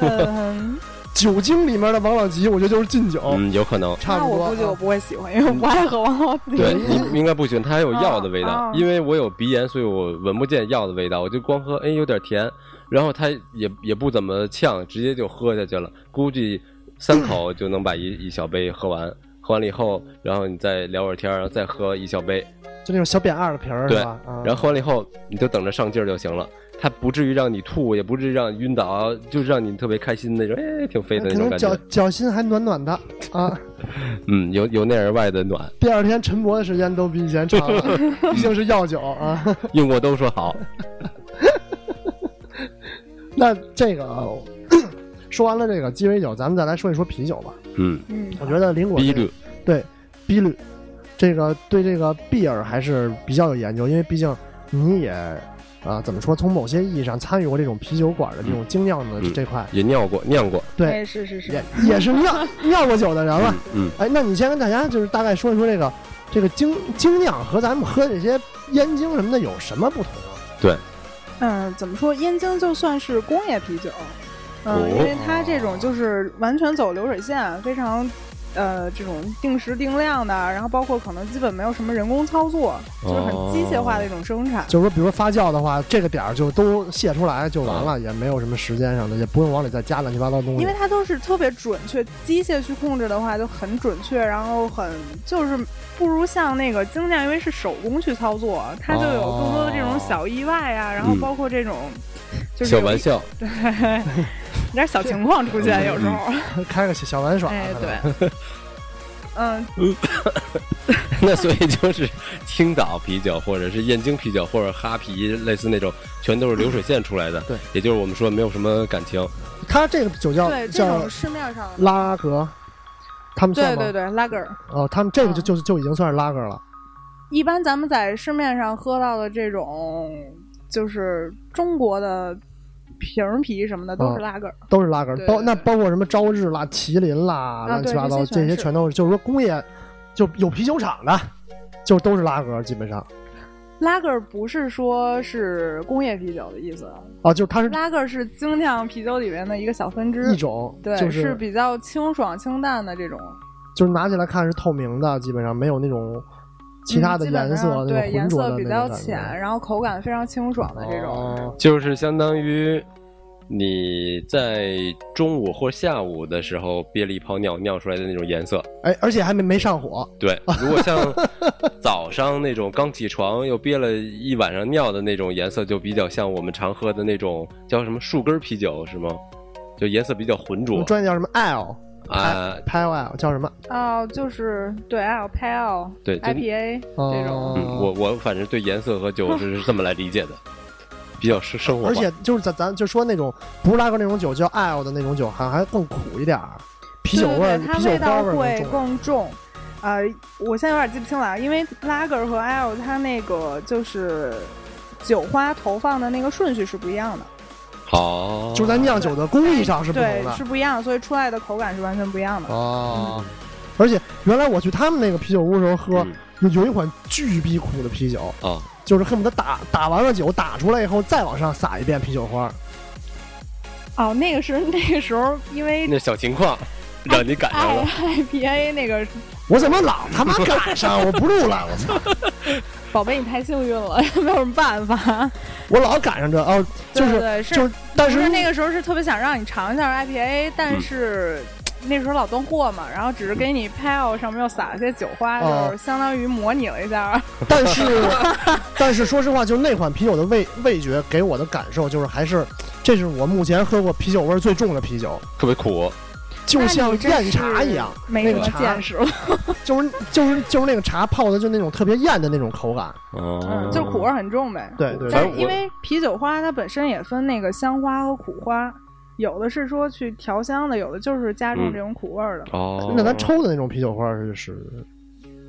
E: 嗯，
D: 酒精里面的王老吉，我觉得就是劲酒，
A: 嗯，有可能。
D: 差
E: 那
D: 不多。啊
E: 我估计我不会喜欢，因为我不爱喝王老吉。
A: 对你应该不喜欢，它还有药的味道，
E: 哦哦
A: 因为我有鼻炎，所以我闻不见药的味道，我就光喝，哎，有点甜，然后它也也不怎么呛，直接就喝下去了，估计三 口就能把一一小杯喝完，喝完了以后，然后你再聊会儿天儿，然后再喝一小杯，
D: 就那种小扁二的瓶儿
A: 对
D: 是吧？啊
A: 然后喝完了以后，你就等着上劲儿就行了，它不至于让你吐，也不至于让你晕倒，就是让你特别开心那种，哎，挺飞的
D: 可
A: 那种
D: 能
A: 感
D: 脚
A: 觉，
D: 脚心还暖暖的啊。
A: 嗯，由由内而外的暖，
D: 第二天晨勃的时间都比以前长 了，毕竟是药酒啊。
A: 用过都说好，
D: 那这个 啊说完了这个鸡尾酒，咱们再来说一说啤酒吧。
A: 嗯，
E: 嗯，
D: 我觉得林果
A: 逼
D: 这个
A: 绿，
D: 对，比率，这个对这个比尔还是比较有研究，因为毕竟你也啊、怎么说，从某些意义上参与过这种啤酒馆的这种精酿的
A: 嗯
D: 这块，
A: 也尿过，酿过，
D: 对，
E: 哎，是是是
D: 也。也是酿酿过酒的人了。
A: 嗯。嗯
D: 哎，那你先跟大家就是大概说一说这个这个精精酿和咱们喝这些燕京什么的有什么不同啊？
E: 嗯，怎么说？燕京就算是工业啤酒，嗯、
A: 哦
E: 因为它这种就是完全走流水线，非常呃这种定时定量的，然后包括可能基本没有什么人工操作，就是很机械化的一种生产。
D: 就是说，比如说发酵的话，这个点儿就都卸出来就完了，也没有什么时间上的，也不用往里再加乱七八糟东西
E: 因为。它都是特别准确，机械去控制的话就很准确，然后很就是不如像那个精酿，因为是手工去操作，它就有更多的这种小意外啊，然后包括这种就是
A: 小
E: 有
A: 玩
E: 一
A: 笑，
E: 有点小情况出现，有时候，
D: 开个小小玩耍，啊
E: 哎
D: 可能
E: 对， 嗯，
A: 那所以就是青岛啤酒或者是燕京啤酒或者哈啤，类似那种，全都是流水线出来的。
D: 对，
A: 也就是我们说没有什么感情。
D: 它这个酒叫
E: 对，这
D: 叫
E: 种市面上的
D: 拉格，他们算
E: 对
D: 吗？
E: 对对，拉格尔。
D: 哦，他们这个就
E: 嗯
D: 就就已经算是拉格了。
E: 一般咱们在市面上喝到的这种，就是中国的瓶儿啤什么的，都是
D: 嗯
E: 拉格尔。
D: 都是拉格，
E: 对
D: 包
E: 对
D: 那
E: 对啊
D: 包括什么朝日啦、麒麟啦，乱七
E: 对
D: 八
E: 这
D: 糟，
E: 些
D: 这
E: 全
D: 些
E: 是
D: 全都是，就是说工业就有啤酒厂的，就都是拉格，基本上
E: 拉格不是说是工业啤酒的意思，
D: 啊，就是它是
E: 拉格是精酿啤酒里面的一个小分支
D: 一，种，
E: 对，
D: 就是
E: 比较清爽清淡的这种，
D: 就是拿起来看是透明的，基本上没有那种其
E: 嗯
D: 他的
E: 基本
D: 颜色
E: 上，
D: 那
E: 对
D: 种
E: 颜
D: 浑浊的
E: 色比
D: 那种
E: 较
D: 感觉
E: 浅，然后口感非常清爽的这种，
D: 哦
A: 就是相当于你在中午或下午的时候憋了一泡尿尿出来的那种颜色。
D: 哎，而且还没没上火，
A: 对，如果像早上那种刚起床又憋了一晚上尿的那种颜色，就比较像我们常喝的那种叫什么树根啤酒是吗？就颜色比较浑
D: 我
A: 浊
D: 们专业叫什么 L
A: 啊，
D: p i l L 叫什么？
E: 哦，就是对 L Pale
A: 对就
E: IPA
D: 哦
E: 这种，
A: 嗯，我我反正对颜色和酒是是这么来理解的，比较生生活化。
D: 嗯而且就是咱咱就说那种不是拉格那种酒，叫 L 的那种酒，好像还更苦一点儿，啤酒味儿、
E: 对对对它
D: 啤酒
E: 味
D: 花
E: 道
D: 味儿
E: 会
D: 重。
E: 更重。呃，我现在有点记不清了，因为拉格和 L 它那个就是酒花投放的那个顺序是不一样的。
A: 好，嗯
D: 就是在酿酒的工艺上是不同
E: 对，
D: 的
E: 是不一样的，所以出来的口感是完全不一样的。
D: 哦。而且原来我去他们那个啤酒屋的时候喝
A: 嗯，
D: 有有一款巨逼苦的啤酒，
A: 啊，
D: 就是恨不得打打完了酒打出来以后再往上撒一遍啤酒花。
E: 哦，那个是 那个时候，因为
A: 那小情况让你赶上
E: 爱
A: 了。
E: IPA 那个
D: 我怎么老他妈赶上？我不录了，我操！
E: 宝贝，你太幸运了， 没有什么办法。
D: 我老赶上这哦，就
E: 对
D: 是
E: 对是
D: 就是，但
E: 不
D: 是嗯
E: 是那个时候是特别想让你尝一下 IPA，但是。那时候老断货嘛，然后只是给你 pile 上面又撒了些酒花，
D: 哦
E: 就是相当于模拟了一下。
D: 但是但是说实话，就是那款啤酒的味味觉给我的感受就是还是，这是我目前喝过啤酒味儿最重的啤酒，
A: 特别苦，哦
D: 就像
E: 那
D: 燕
E: 你真
D: 茶
E: 是
D: 一样，
E: 没
D: 那
E: 什
D: 个
E: 么
D: 茶
E: 见识了，
D: 就是就是就是那个茶泡的就那种特别艳的那种口感。
A: 哦
E: 嗯， 就苦味儿很重呗。
D: 对对
A: 反
E: 但是
A: 正
E: 因
A: 我
E: 为啤酒花它本身也分那个香花和苦花，有的是说去调香的，有的就是加入
A: 嗯
E: 这种苦味儿的。
A: 哦。
D: 那咱抽的那种啤酒花是是，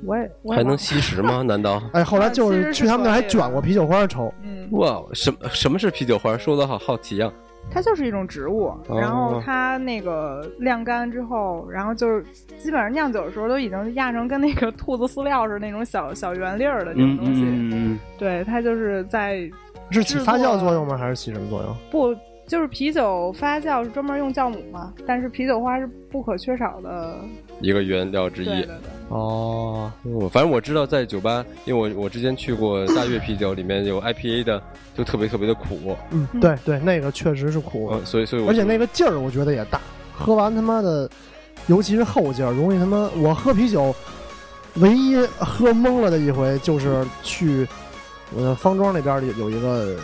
E: 我也我
A: 还
E: 也
A: 能
E: 忘了
A: 吸食吗？难道？
D: 哎，后来
E: 啊
D: 就
E: 其
D: 是
E: 实是
D: 去他们那儿还
E: 可以的
D: 卷过啤酒花抽。
E: 嗯，
A: 哇，什么什么是啤酒花？说的好好奇啊！
E: 它就是一种植物，
A: 哦
E: 然后它那个晾干之后，然后就是基本上酿酒的时候都已经压成跟那个兔子饲料似的那种小小圆粒儿的那种东西。
A: 嗯
E: 对，它就是在
D: 是起
E: 制
D: 发酵
E: 作
D: 作用吗？还是起什么作用？
E: 不就是啤酒发酵是专门用酵母嘛，但是啤酒花是不可缺少的。
A: 嗯，一个原料之
E: 对
A: 一
E: 对。对。
D: 哦，
A: 嗯反正我知道在酒吧，因为我我之前去过大悦啤酒，里面有 IPA 的，就特别特别的苦，
D: 嗯，对对，那个确实是苦
A: 嗯，，所以所以我
D: 而且那
A: 个
D: 个劲儿我觉得也大，喝完他妈的，尤其是后劲儿，容易他妈。我喝啤酒，唯一喝懵了的一回就是去，呃，方庄那边儿有有一个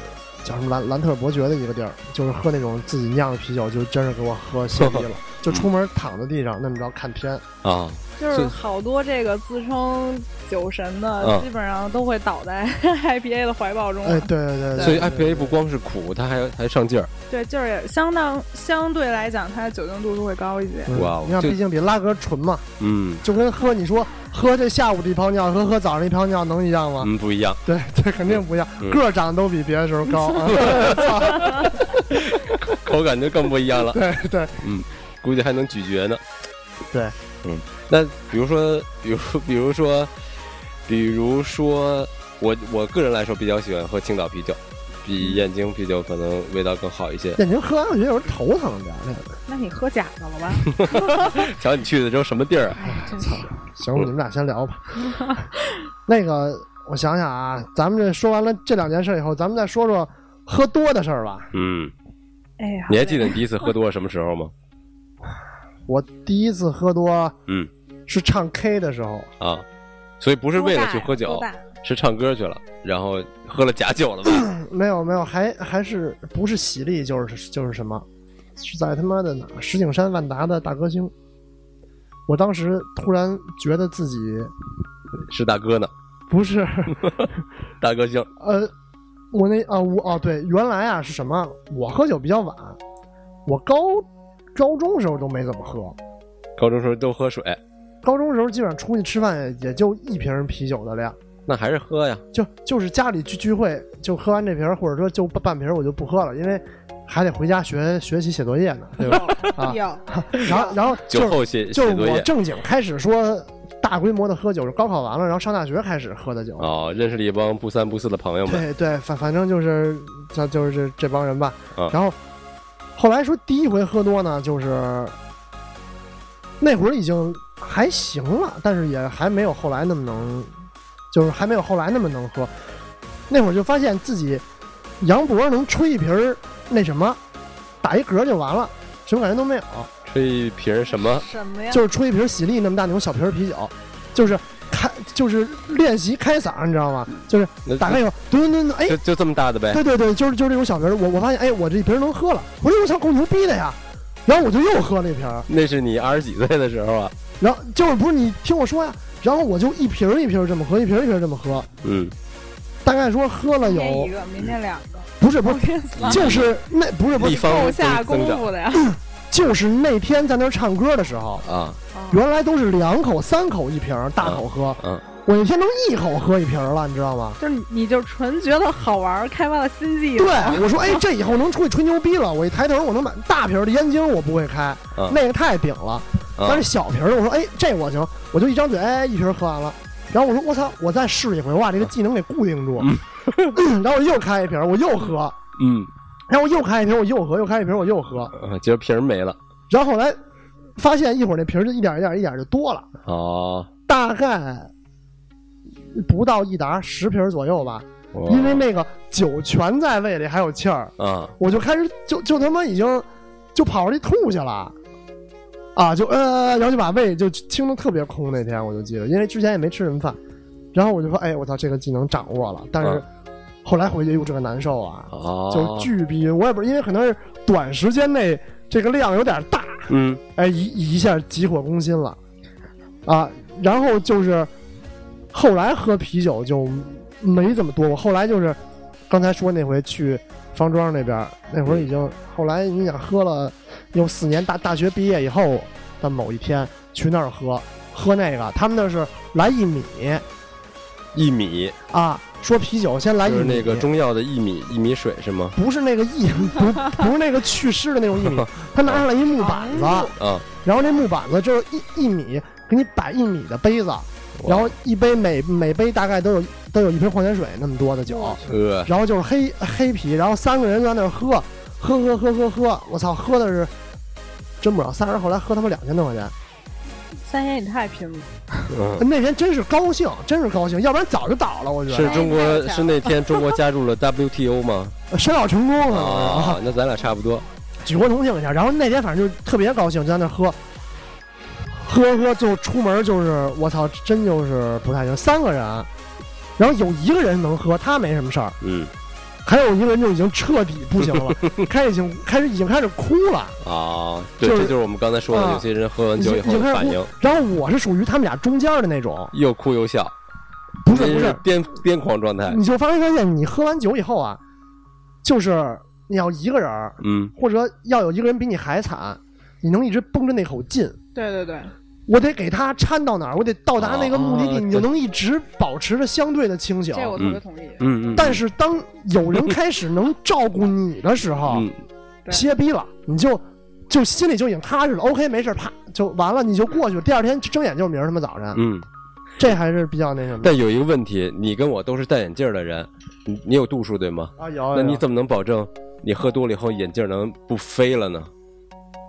D: 叫什么兰兰特伯爵的一个地儿，就是喝那种自己酿的啤酒，就真是给我喝泄 逼了，就出门躺在地上那么着看片。
E: 哦
A: 啊，
E: 就是
A: 是
E: 好多这个自称酒神的，
A: 嗯
E: 基本上都会倒在 IPA 的怀抱中了。
D: 哎，对对对，对
A: 所以
D: 对
A: IPA 不光是苦，它还还上劲儿。
E: 对，就是也相当相对来讲，它的酒精度数会高一些。
D: 嗯
A: 哇哦
D: 你看，
A: 这
D: 毕竟比拉格纯嘛，
A: 嗯
D: 就跟喝你说喝这下午的一泡尿和喝早上一泡尿能一样吗？
A: 嗯，不一样，
D: 对，这肯定不一样，
A: 嗯
D: 个儿长得都比别的时候 高啊。
A: 口感就更不一样了。
D: 对对，
A: 估计还能咀嚼呢。
D: 对，
A: 嗯，那比如说，比如比如说，比如说我我个人来说比较喜欢喝青岛啤酒，比燕京啤酒可能味道更好一些。
D: 眼睛喝完我觉得有点头疼点儿。
E: 那你喝假的了 吧？
A: 瞧你去的都什么地儿啊？
E: 哎，真是
D: 行，你们俩先聊吧。那个，我想想啊，咱们这说完了这两件事以后，咱们再说说喝多的事儿吧。
A: 嗯，
E: 哎呀，
A: 你还记得你第一次喝多什么时候吗？
D: 我第一次喝多
A: 嗯
D: 是唱 K 的时候，
A: 啊，所以不是为了去喝
E: 多
A: 酒
E: 大呀，
A: 是唱歌去了，然后喝了假酒了吧？
D: 没有没有，还还是不是喜力就是就是什么，是在他妈的哪儿石景山万达的大歌星。我当时突然觉得自己
A: 是大哥呢，
D: 不是
A: 大哥姓
D: 呃，我那啊，我哦对，原来啊是什么？我喝酒比较晚，我高高中时候都没怎么喝，
A: 高中时候都喝水，
D: 高中时候基本上出去吃饭也就一瓶啤酒的量，
A: 那还是喝呀。
D: 就就是家里聚聚会就喝完这瓶，或者说就半瓶我就不喝了，因为还得回家学学习写作业呢，对吧？ 啊，
E: 有
D: 然后然后
A: 酒
D: 就是
A: 后写
D: 就
A: 写
D: 是
A: 作
D: 我
A: 业
D: 正经开始说大规模的喝酒是高考完了，然后上大学开始喝的酒，
A: 哦，认识了一帮不三不四的朋友们。
D: 对对，反反正就是这就是这这帮人吧。
A: 嗯
D: 然后后来说第一回喝多呢，就是那会儿已经还行了，但是也还没有后来那么能，就是还没有后来那么能喝。那会儿就发现自己杨脖能吹一瓶儿那什么，打一嗝就完了，什么感觉都没有，
A: 吹一瓶什么？
E: 什么呀？
D: 就是吹一瓶喜力那么大那种小瓶儿啤酒，就是开就是练习开嗓，你知道吗？就是
A: 那
D: 打开以后，嘟嘟嘟，哎
A: 就，就这么大的呗。
D: 对对对，就是就是这种小瓶儿，我我发现，哎，我这瓶儿能喝了，我说我操，够牛逼的呀！然后我就又喝了一瓶儿，
A: 那是你二十几岁的时候啊。
D: 然后就是不是你听我说呀，然后我就一瓶儿一瓶儿这么喝，一瓶儿一瓶儿这么喝，
A: 嗯，
D: 大概说喝了
E: 今天
D: 有
E: 一个，明天两 个，
D: 不是不
E: 后
D: 是，
E: 天三个，
D: 就是那不是不
A: 一
D: 是，
A: 方
E: 够下
A: 增
E: 功
A: 增长
E: 夫的呀！
D: 就是那天在那儿唱歌的时候，
A: 啊，
D: 原来都是两口三口一瓶儿大口喝，
A: 嗯，
D: 我那天都一口喝一瓶儿了，你知道吗？
E: 就是你就纯觉得好玩儿，开发了新技
D: 对
E: 能。，
D: 我说哎，这以后能出去吹牛逼了。我一抬头，我能买大瓶儿的燕京，我不会开，
A: 嗯
D: 那个太顶了。
A: 嗯
D: 但是小瓶儿的，我说哎，这我行，我就一张嘴，哎，一瓶儿喝完了。然后我说我操，我再试一回，我把这个技能给固定住。嗯然后我又开一瓶儿，我又喝，
A: 嗯，
D: 然后我又开一瓶儿，我又喝，又开一瓶儿，我又喝。
A: 啊结果瓶儿没了。
D: 然后后来发现一会儿那瓶儿就一点儿一点儿一点儿就多了，
A: 哦，
D: 大概不到一打十瓶儿左右吧，
A: 哦
D: 因为那个酒全在胃里，还有气儿。
A: 啊，
D: 我就开始就就他妈已经就跑出去吐去了，啊，就呃，然后就把胃就清的特别空。那天我就记得，因为之前也没吃什么饭，然后我就说，哎，我操，这个技能掌握了。但是
A: 嗯
D: 后来回去，哟，这个难受啊，
A: 哦，
D: 就巨逼晕。我也不是因为可能是短时间内这个量有点大，
A: 嗯，
D: 哎，一一下急火攻心了，啊，然后就是后来喝啤酒就没怎么多，我后来就是刚才说那回去方庄那边儿，那会儿已
A: 嗯
D: 经后来你想喝了有四年大大学毕业以后的某一天去那儿喝喝那个，他们那是来一米
A: 薏米
D: 啊，说啤酒先来一
A: 就
D: 米，
A: 是那个中药的薏米，薏米水是吗？
D: 不是那个一不不是那个去湿的那种 一米，他拿上来一木板子。
A: 啊，
D: 然后那木板子就是一一米，给你摆一米的杯子，然后一杯每每杯大概都有都有一瓶矿泉水那么多的酒，
A: 呃，
D: 然后就是黑黑啤，然后三个人就在那儿喝，喝喝喝喝喝，我操，喝的是真不少，仨人后来喝他妈两千多块钱，
E: 三爷，你太拼了，
A: 嗯
D: 那天真是高兴，真是高兴，要不然早就倒了，我觉
A: 是
D: 得
A: 中
E: 哎太
A: 国
E: 巧了
A: 是那天中国加入了 WTO 吗？
D: 申奥呃成功了，
A: 啊，那咱俩差不多。
D: 举国同庆一下。然后那天反正就特别高兴，就在那儿喝。喝喝就出门就是我操，真就是不太行。三个人，然后有一个人能喝，他没什么事儿，
A: 嗯
D: 还有一个人就已经彻底不行了，开始已经开始已经开始哭了，
A: 啊，对，
D: 就是
A: 这就是我们刚才说的，
D: 啊
A: 有些人喝完
D: 已
A: 酒
D: 经
A: 以
D: 已
A: 后
D: 经
A: 的
D: 开始
A: 反
D: 哭
A: 应。
D: 然后我是属于他们俩中间的那种，
A: 又哭又笑，
D: 不是
A: 这
D: 不
A: 是
D: 是，
A: 癫癫狂状态。
D: 你就发没发现，你喝完酒以后啊，就是你要一个人儿，
A: 嗯，
D: 或者要有一个人比你还惨，你能一直绷着那口劲。
E: 对对对，
D: 我得给他掺到哪儿，我得到达那个目的
A: 啊
D: 地，你就能一直保持着相对的清醒。
E: 这我特别同意。
A: 嗯嗯，
D: 但是当有人开始能照顾你的时候，
A: 嗯，
E: 对
D: 歇逼了，你就就心里就已经踏实了。OK，没事，啪就完了，你就过去了。第二天睁眼就是明儿他妈早晨。
A: 嗯嗯，
D: 这还是比较那什么的
A: 但有一个问题，你跟我都是戴眼镜儿的人，你你有度数对吗？
D: 啊。有，
A: 那你
D: 有
A: 怎么能保证你喝多了以后眼镜儿能不飞了呢？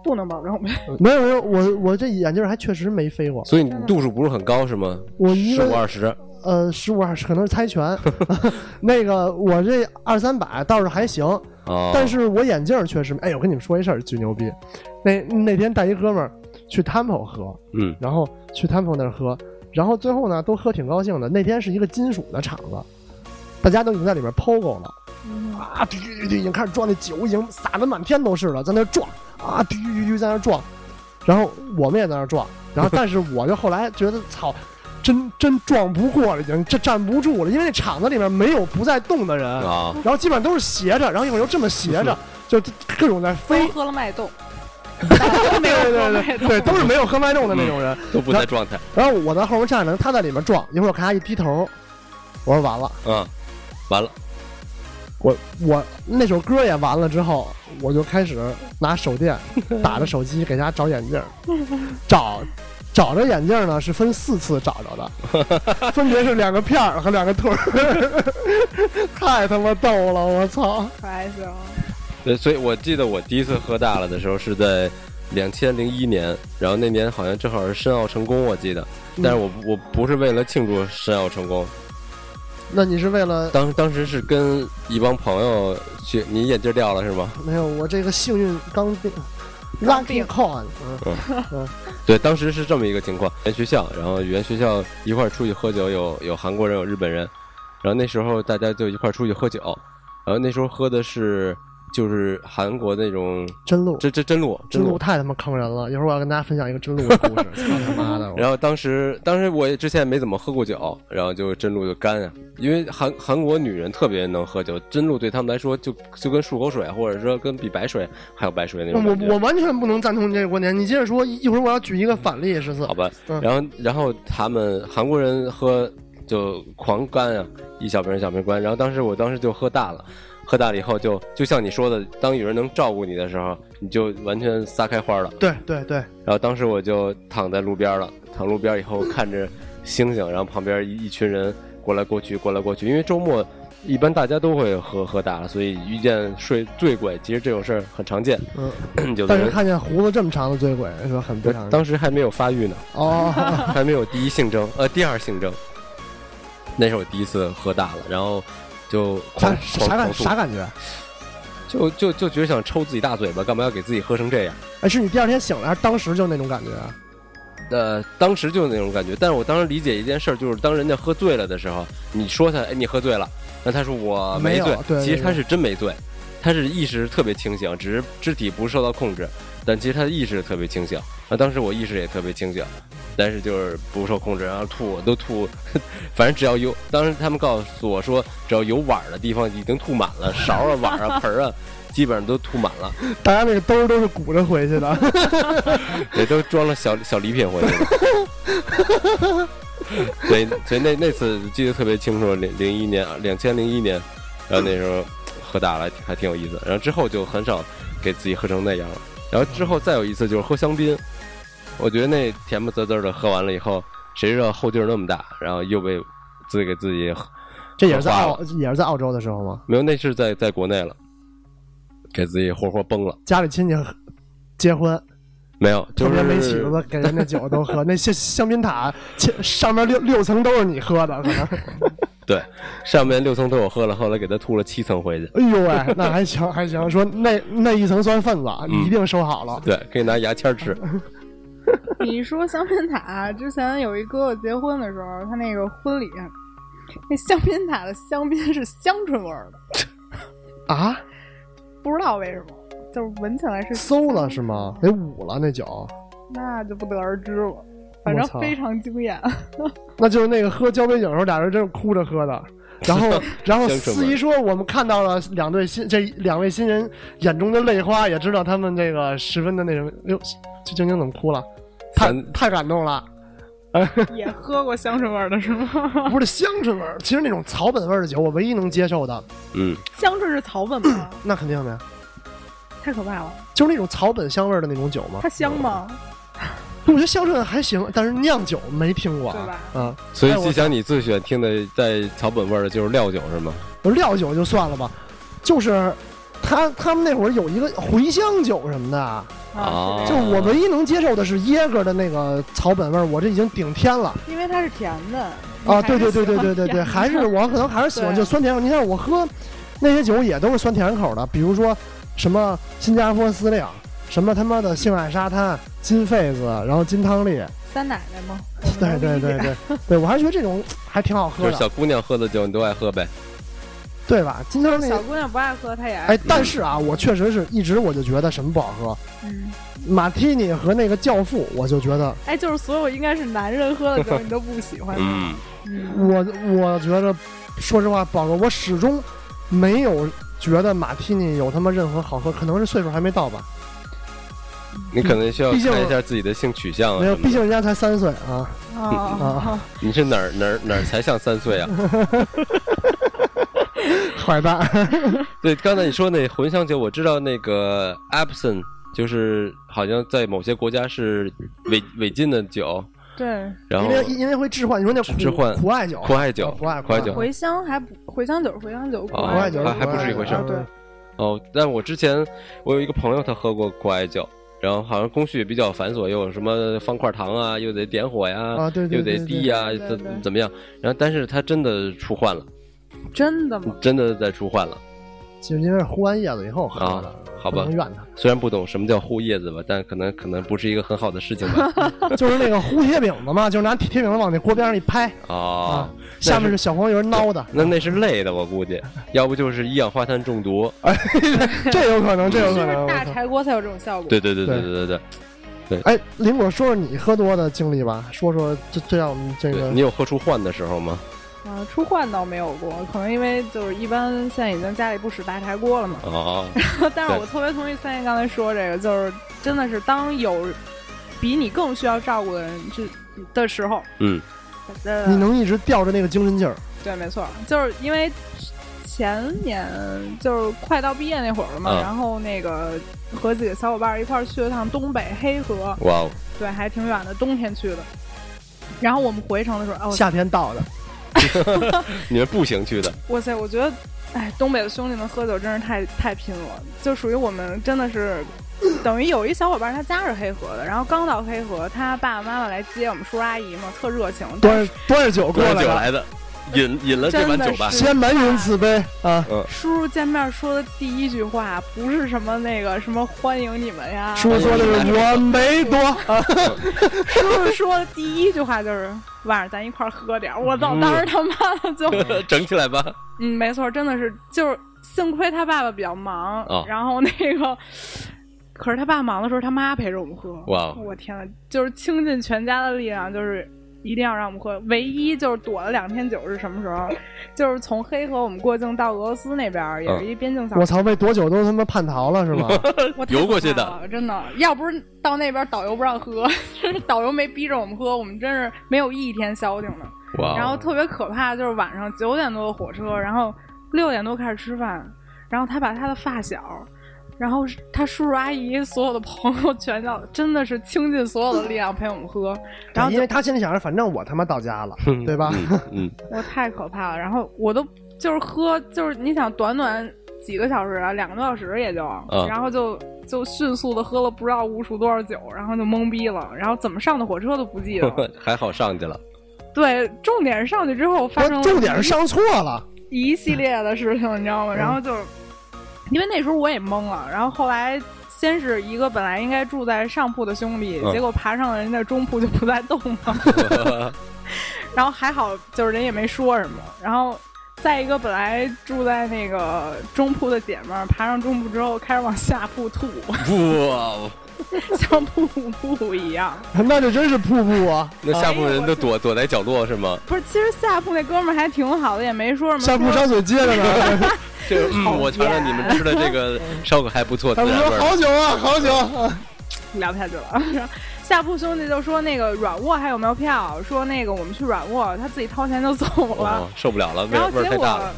E: 不能保证呗。
D: 没有没有，我我这眼镜儿还确实没飞过，
A: 所以你度数不是很高是吗？
D: 我一
A: 十
D: 个
A: 五二十，
D: 呃，十五二十可能是猜拳， 那个我这二三百倒是还行，
A: 哦，
D: 但是我眼镜儿确实没。哎，我跟你们说一事儿，巨牛逼。那那天带一哥们儿去 Temple 喝，
A: 嗯
D: 然后去 Temple 那儿喝，然后最后呢都喝挺高兴的。那天是一个金属的场子，大家都已经在里面 POGO 了
E: 嗯，
D: 啊，嘟嘟嘟嘟已经开始撞那酒，已经撒的满天都是了，在那儿撞啊，嘟嘟嘟嘟在那儿撞，然后我们也在那儿撞，然后但是我就后来觉得操。真真撞不过了，已经这站不住了，因为那场子里面没有不在动的人
A: 啊，
D: 然后基本上都是斜着，然后一会儿又这么斜着，就各种在飞
E: 都，喝了 脉动，
D: 对对对对对，都是没有喝脉动的那嗯种人。
A: 都不在状态，
D: 然后我在后面站着，他在里面撞，一会儿我看他一低头，我说完了，
A: 嗯，完了，
D: 我我那首歌也完了之后，我就开始拿手电 打着手机给他找眼镜儿，找。找着眼镜儿呢，是分四次找着 的，分别是两个片儿和两个腿儿， 太他妈逗了，我操！
E: 可爱死了。
A: 对，所以我记得我第一次喝大了的时候是在两千零一年，然后那年好像正好是申奥成功，我记得，但是我不我不是为了庆祝申奥成功，
D: 那你是为了
A: 当当时是跟一帮朋友去，你眼镜掉了是吗？
D: 没有，我这个幸运刚病
E: 刚
D: ，lucky
E: 病
D: con，嗯，
A: 对，当时是这么一个情况，语言学校，然后语言学校一块儿出去喝酒，有有韩国人，有日本人，然后那时候大家就一块儿出去喝酒，然后那时候喝的是就是韩国那种
D: 真露，
A: 真真真露
D: 真露
A: 露。
D: 太他妈坑人了。一会儿我要跟大家分享一个真露的故事， 操他妈的！我
A: 然后当时，当时我也之前没怎么喝过酒，然后就真露就干啊，因为韩韩国女人特别能喝酒，真露对他们来说就就跟漱口水，啊或者说跟比白水还有白水那种感觉。
D: 我我完全不能赞同你这个观点。你接着说，一一会儿我要举一个反例，十四
A: 好。吧，
D: 嗯
A: 然后然后他们韩国人喝就狂干啊，一小瓶一小瓶干，然后当时我当时就喝大了，喝大了以后就就像你说的，当有人能照顾你的时候，你就完全撒开花了。
D: 对对对，
A: 然后当时我就躺在路边了，躺路边以后看着星星，然后旁边一一群人过来过去，过来过去，因为周末。一般大家都会喝喝大了，所以遇见睡醉鬼，其实这种事儿很常见。
D: 嗯，
A: 有的
D: 但是
A: 人
D: 看见胡子这么长的醉鬼，说很不常
A: 当时还没有发育呢，
D: 哦，
A: 还没有第一性征，呃，第二性征。那是我第一次喝大了，然后就
D: 啥
A: 狂
D: 啥
A: 狂
D: 感
A: 狂
D: 啥
A: 吐，
D: 感觉？
A: 就就就觉得想抽自己大嘴巴，干嘛要给自己喝成这样？
D: 哎，是你第二天醒来，还是当时就那种感觉？啊
A: 呃，当时就那种感觉，但是我当时理解一件事儿，就是当人家喝醉了的时候，你说他，哎，你喝醉了，那他说我
D: 没有
A: 醉，
D: 对
A: 其
D: 对
A: 实他是真没醉，他是意识特别清醒，只是肢体不受到控制，但其实他的意识特别清醒。那当时我意识也特别清醒，但是就是不受控制，然后吐都吐，反正只要有，当时他们告诉我说，只要有碗儿的地方已经吐满了，勺啊、碗啊、盆儿啊，基本上都吐满了。
D: 大家那个兜儿都是鼓着回 去的。
A: 对，都装了小小礼品回去了。对，所以那那次记得特别清楚，零零一年，两千零一年，然后那时候喝大了，还挺有意思。然后之后就很少给自己喝成那样了。然后之后再有一次就是喝香槟，我觉得那甜不滋滋的喝完了以后，谁知道后劲儿那么大，然后又被自己给自己
D: 这也是在
A: 喝花
D: 澳，也是在澳洲的时候吗？
A: 没有，那是在在国内了，给自己活活崩了。
D: 家里亲戚结婚，
A: 没有，就
D: 特
A: 是
D: 别没起子的给人家酒都 喝，那些香槟塔切上面六六层都是你喝的，可能。
A: 对，上面六层都我喝了，后来给他吐了七层回去。
D: 哎呦喂，那还行还行，说那那一层算份子，
A: 嗯
D: 你一定收好了。
A: 对，可以拿牙签儿 吃。
E: 你说香槟塔，之前有一哥哥结婚的时候，他那个婚礼，那香槟塔的香槟是香椿味儿的，
D: 啊，
E: 不知道为什么，就是闻起来 是
D: 馊了是吗？得捂了那酒，
E: 那就不得而知了。反
D: 我
E: 正
D: 操
E: 非常惊艳，
D: 那就是那个喝交杯酒的时候，俩人真是哭着喝的。然后，然
A: 香
D: 后
A: 椿味
D: 司仪说，我们看到了两对新这两位新人眼中的泪花，也知道他们这个十分的那什么。哎呦，这晶晶怎么哭了？太
A: 咱
D: 太感 动了。
E: 也喝过香椿味儿的是吗？
D: 不是香椿味儿，其实那种草本味儿的酒，我唯一能接受的，
A: 嗯，
E: 香椿是草本吗？
D: 那肯定的呀，
E: 太可怕了！
D: 就是那种草本香味儿的那种酒嘛。
E: 它香吗？
D: 我觉得孝顺还行，但是酿酒没听过
E: 对
D: 啊
E: 吧。
D: 啊，
A: 所以
D: 哎我
A: 季翔，你最喜欢听的带草本味儿的就是料酒是吗？
D: 我料酒就算了吧，就是他他们那会儿有一个茴香酒什么的，
A: 啊
E: 啊，
D: 就我唯一能接受的是椰哥的那个草本味儿，我这已经顶天了
E: 因为它是甜的哦
D: 啊！对对对对对对对，还是我可能还是喜欢
E: 对
D: 就酸甜口。你看我喝那些酒也都是酸甜口的，比如说什么新加坡司令，什么他妈的性爱沙滩、金痱子，然后金汤力，
E: 三奶奶嘛，
D: 对对对对对，我还觉得这种还挺好
A: 就
D: 喝
A: 是
D: 的，
A: 小姑娘喝的酒你都爱喝呗。
D: 对吧？金汤力
E: 小姑娘不爱喝，她也爱
D: 哎，但是啊，我确实是一直我就觉得什么不好喝，
E: 嗯，
D: 马提尼和那个教父，我就觉得
E: 哎，就是所有应该是男人喝的酒，你都不
D: 哎
E: 喜欢。
A: 嗯，
E: 嗯，
D: 我我觉得，说实话，宝哥，我始终没有觉得马提尼有他妈任何好喝，可能是岁数还没到吧。
A: 你可能需要
D: 毕竟
A: 看一下自己的性取向啊。
D: 没有，
A: 什么的
D: 毕竟人家才三岁啊
E: 哦
D: 啊，
A: 你是哪儿哪儿哪儿才像三 岁啊？
D: 坏蛋！
A: 对，刚才你说那茴香酒，我知道那个 Epson，就是好像在某些国家是违违禁的酒，
E: 对，
A: 然
D: 因
A: 后
D: 为因为会置换，你说那
A: 置
D: 苦
A: 置换
D: 苦艾酒，
A: 苦艾酒
D: 啊苦艾
A: 苦艾酒
D: 苦
E: 茴香还不茴香酒，茴香酒，苦
A: 哦
E: 艾
D: 艾酒
A: 还还不是一回事儿
E: 啊对，
A: 哦，但我之前我有一个朋友，他喝过苦艾酒，然后好像工序也比较繁琐，又有什么方块糖啊，又得点火呀，
D: 啊对对
A: 又得滴呀，
E: 对对对
A: 怎怎么样？然后但是他真的出患了，嗯
E: 真的吗？
A: 真的在出患了
D: 就是因为呼完叶子以后喝
A: 啊
D: 的。！
A: 好
D: 不
A: 吧
D: 能，怨他，
A: 虽然不懂什么叫护叶子吧，但可能可能不是一个很好的事情 吧。
D: 就是那个糊铁饼子嘛，就是拿铁饼子往那锅边上一拍
A: 哦
D: 啊，，下面是小黄油孬的，
A: 那那是累的，我估计，要不就是一氧化碳中毒。
D: 这有可能，这有
E: 是不
D: 可
E: 是
D: 能。
E: 大柴锅才有这种效果？
A: 对对对对
D: 对
A: 对对对，
D: 哎，林果，说说你喝多的经历吧，说说这这让我们这
A: 对
D: 个
A: 你有喝出患的时候吗？
E: 啊，出患倒没有过，可能因为就是一般现在已经家里不使大柴锅了嘛。
A: 哦，
E: 但是我特别同意三爷刚才说这个，就是真的是当有比你更需要照顾的人之的时候，
A: 嗯，
E: 呃
D: 你能一直吊着那个精神劲儿，
E: 对，没错，就是因为前年就是快到毕业那会儿了嘛，
A: 嗯
E: 然后那个和几个小伙伴一块儿去了趟东北黑河，
A: 哇哦，
E: 对，还挺远的，冬天去的。然后我们回程的时候，哦，
D: 夏天到的。
A: 你们步行去的，
E: 哇塞，我觉得，哎，东北的兄弟们喝酒真是太太拼了，就属于我们真的是，等于有一小伙伴他家是黑河的，然后刚到黑河，他爸爸妈妈来接我们叔叔阿姨嘛，特热情，
D: 端着端着酒过
A: 端着
D: 来
A: 酒
D: 的，
A: 来的，饮饮了这碗酒吧
E: 真的。是
D: 先满饮此杯啊！
E: 叔叔见面说的第一句话不是什么那个什么欢迎你们呀，
D: 叔说的是我没多
E: 嗯
D: 啊，
E: 叔叔说的第一句话就是晚上咱一块儿喝 点儿。我操，当时他妈的 就，
A: 整起来吧！
E: 嗯，没错，真的是就是幸亏他爸爸比较忙，
A: 哦
E: 然后那个，可是他爸忙的时候，他妈陪着我们喝。
A: 哇哦
E: 我天呐，就是倾尽全家的力量，就是。一定要让我们喝，唯一就是躲了两天酒是什么时候？就是从黑河我们过境到俄罗斯那边儿，
D: 嗯
E: 也是一边境小
D: 我
E: 城。
D: 操，为多久都他妈叛逃了是吗？
A: 嗯
E: 我太
A: 游过去的
E: 害怕了，真的。要不是到那边导游不让喝， 就是导游没逼着我们喝，我们真是没有一天消停的。
A: 哇哦，
E: 然后特别可怕，就是晚上九点多的火车，然后六点多开始吃饭，然后他把他的发小，然后他叔叔阿姨所有的朋友全叫，真的是倾尽所有的力量陪我们喝， 然后
D: 哎因
E: 就
D: 为他心里想着，反正我他妈到家了，对吧？
A: 嗯，
E: 我太可怕了，然后我都就是喝，就是你想短短几个小时啊，两个多小时也就，
A: 嗯
E: 然后就就迅速的喝了不知道无数多少酒，然后就懵逼了，然后怎么上的火车都不记得了。
A: 嗯还好上去了。
E: 对，重点是上去之后发生
D: 我
E: 了
D: 重点是上嗯错了，
E: 一系列的事情，你知道吗？然后就是因为那时候我也懵了，然后后来先是一个本来应该住在上铺的兄弟，
A: 嗯
E: 结果爬上了人家中铺就不再动了。然后还好，就是人也没说什么。然后再一个，本来住在那个中铺的姐们儿，爬上中铺之后开始往下铺吐，
A: 哇哦，
E: 像瀑布一样。
D: 那就真是瀑布啊！
A: 那下铺人都躲躲在角落是吗？
E: 不是，其实下铺那哥们儿还挺好的，也没说什么。
D: 下铺
E: 说
D: 张嘴接着呢，
A: 这嗯，我尝尝你们吃的这 个烧烤还不错，
D: 他
A: 孜
D: 们
A: 然味
D: 说
A: 儿。
D: 好酒啊，好酒啊！
E: 聊不下去了。然后下铺兄弟就说那个软卧还有没有票？说那个我们去软卧，他自己掏钱就走了。
A: 哦，受不了了，味
E: 然后
A: 味儿
E: 结
A: 太大
E: 果
A: 了。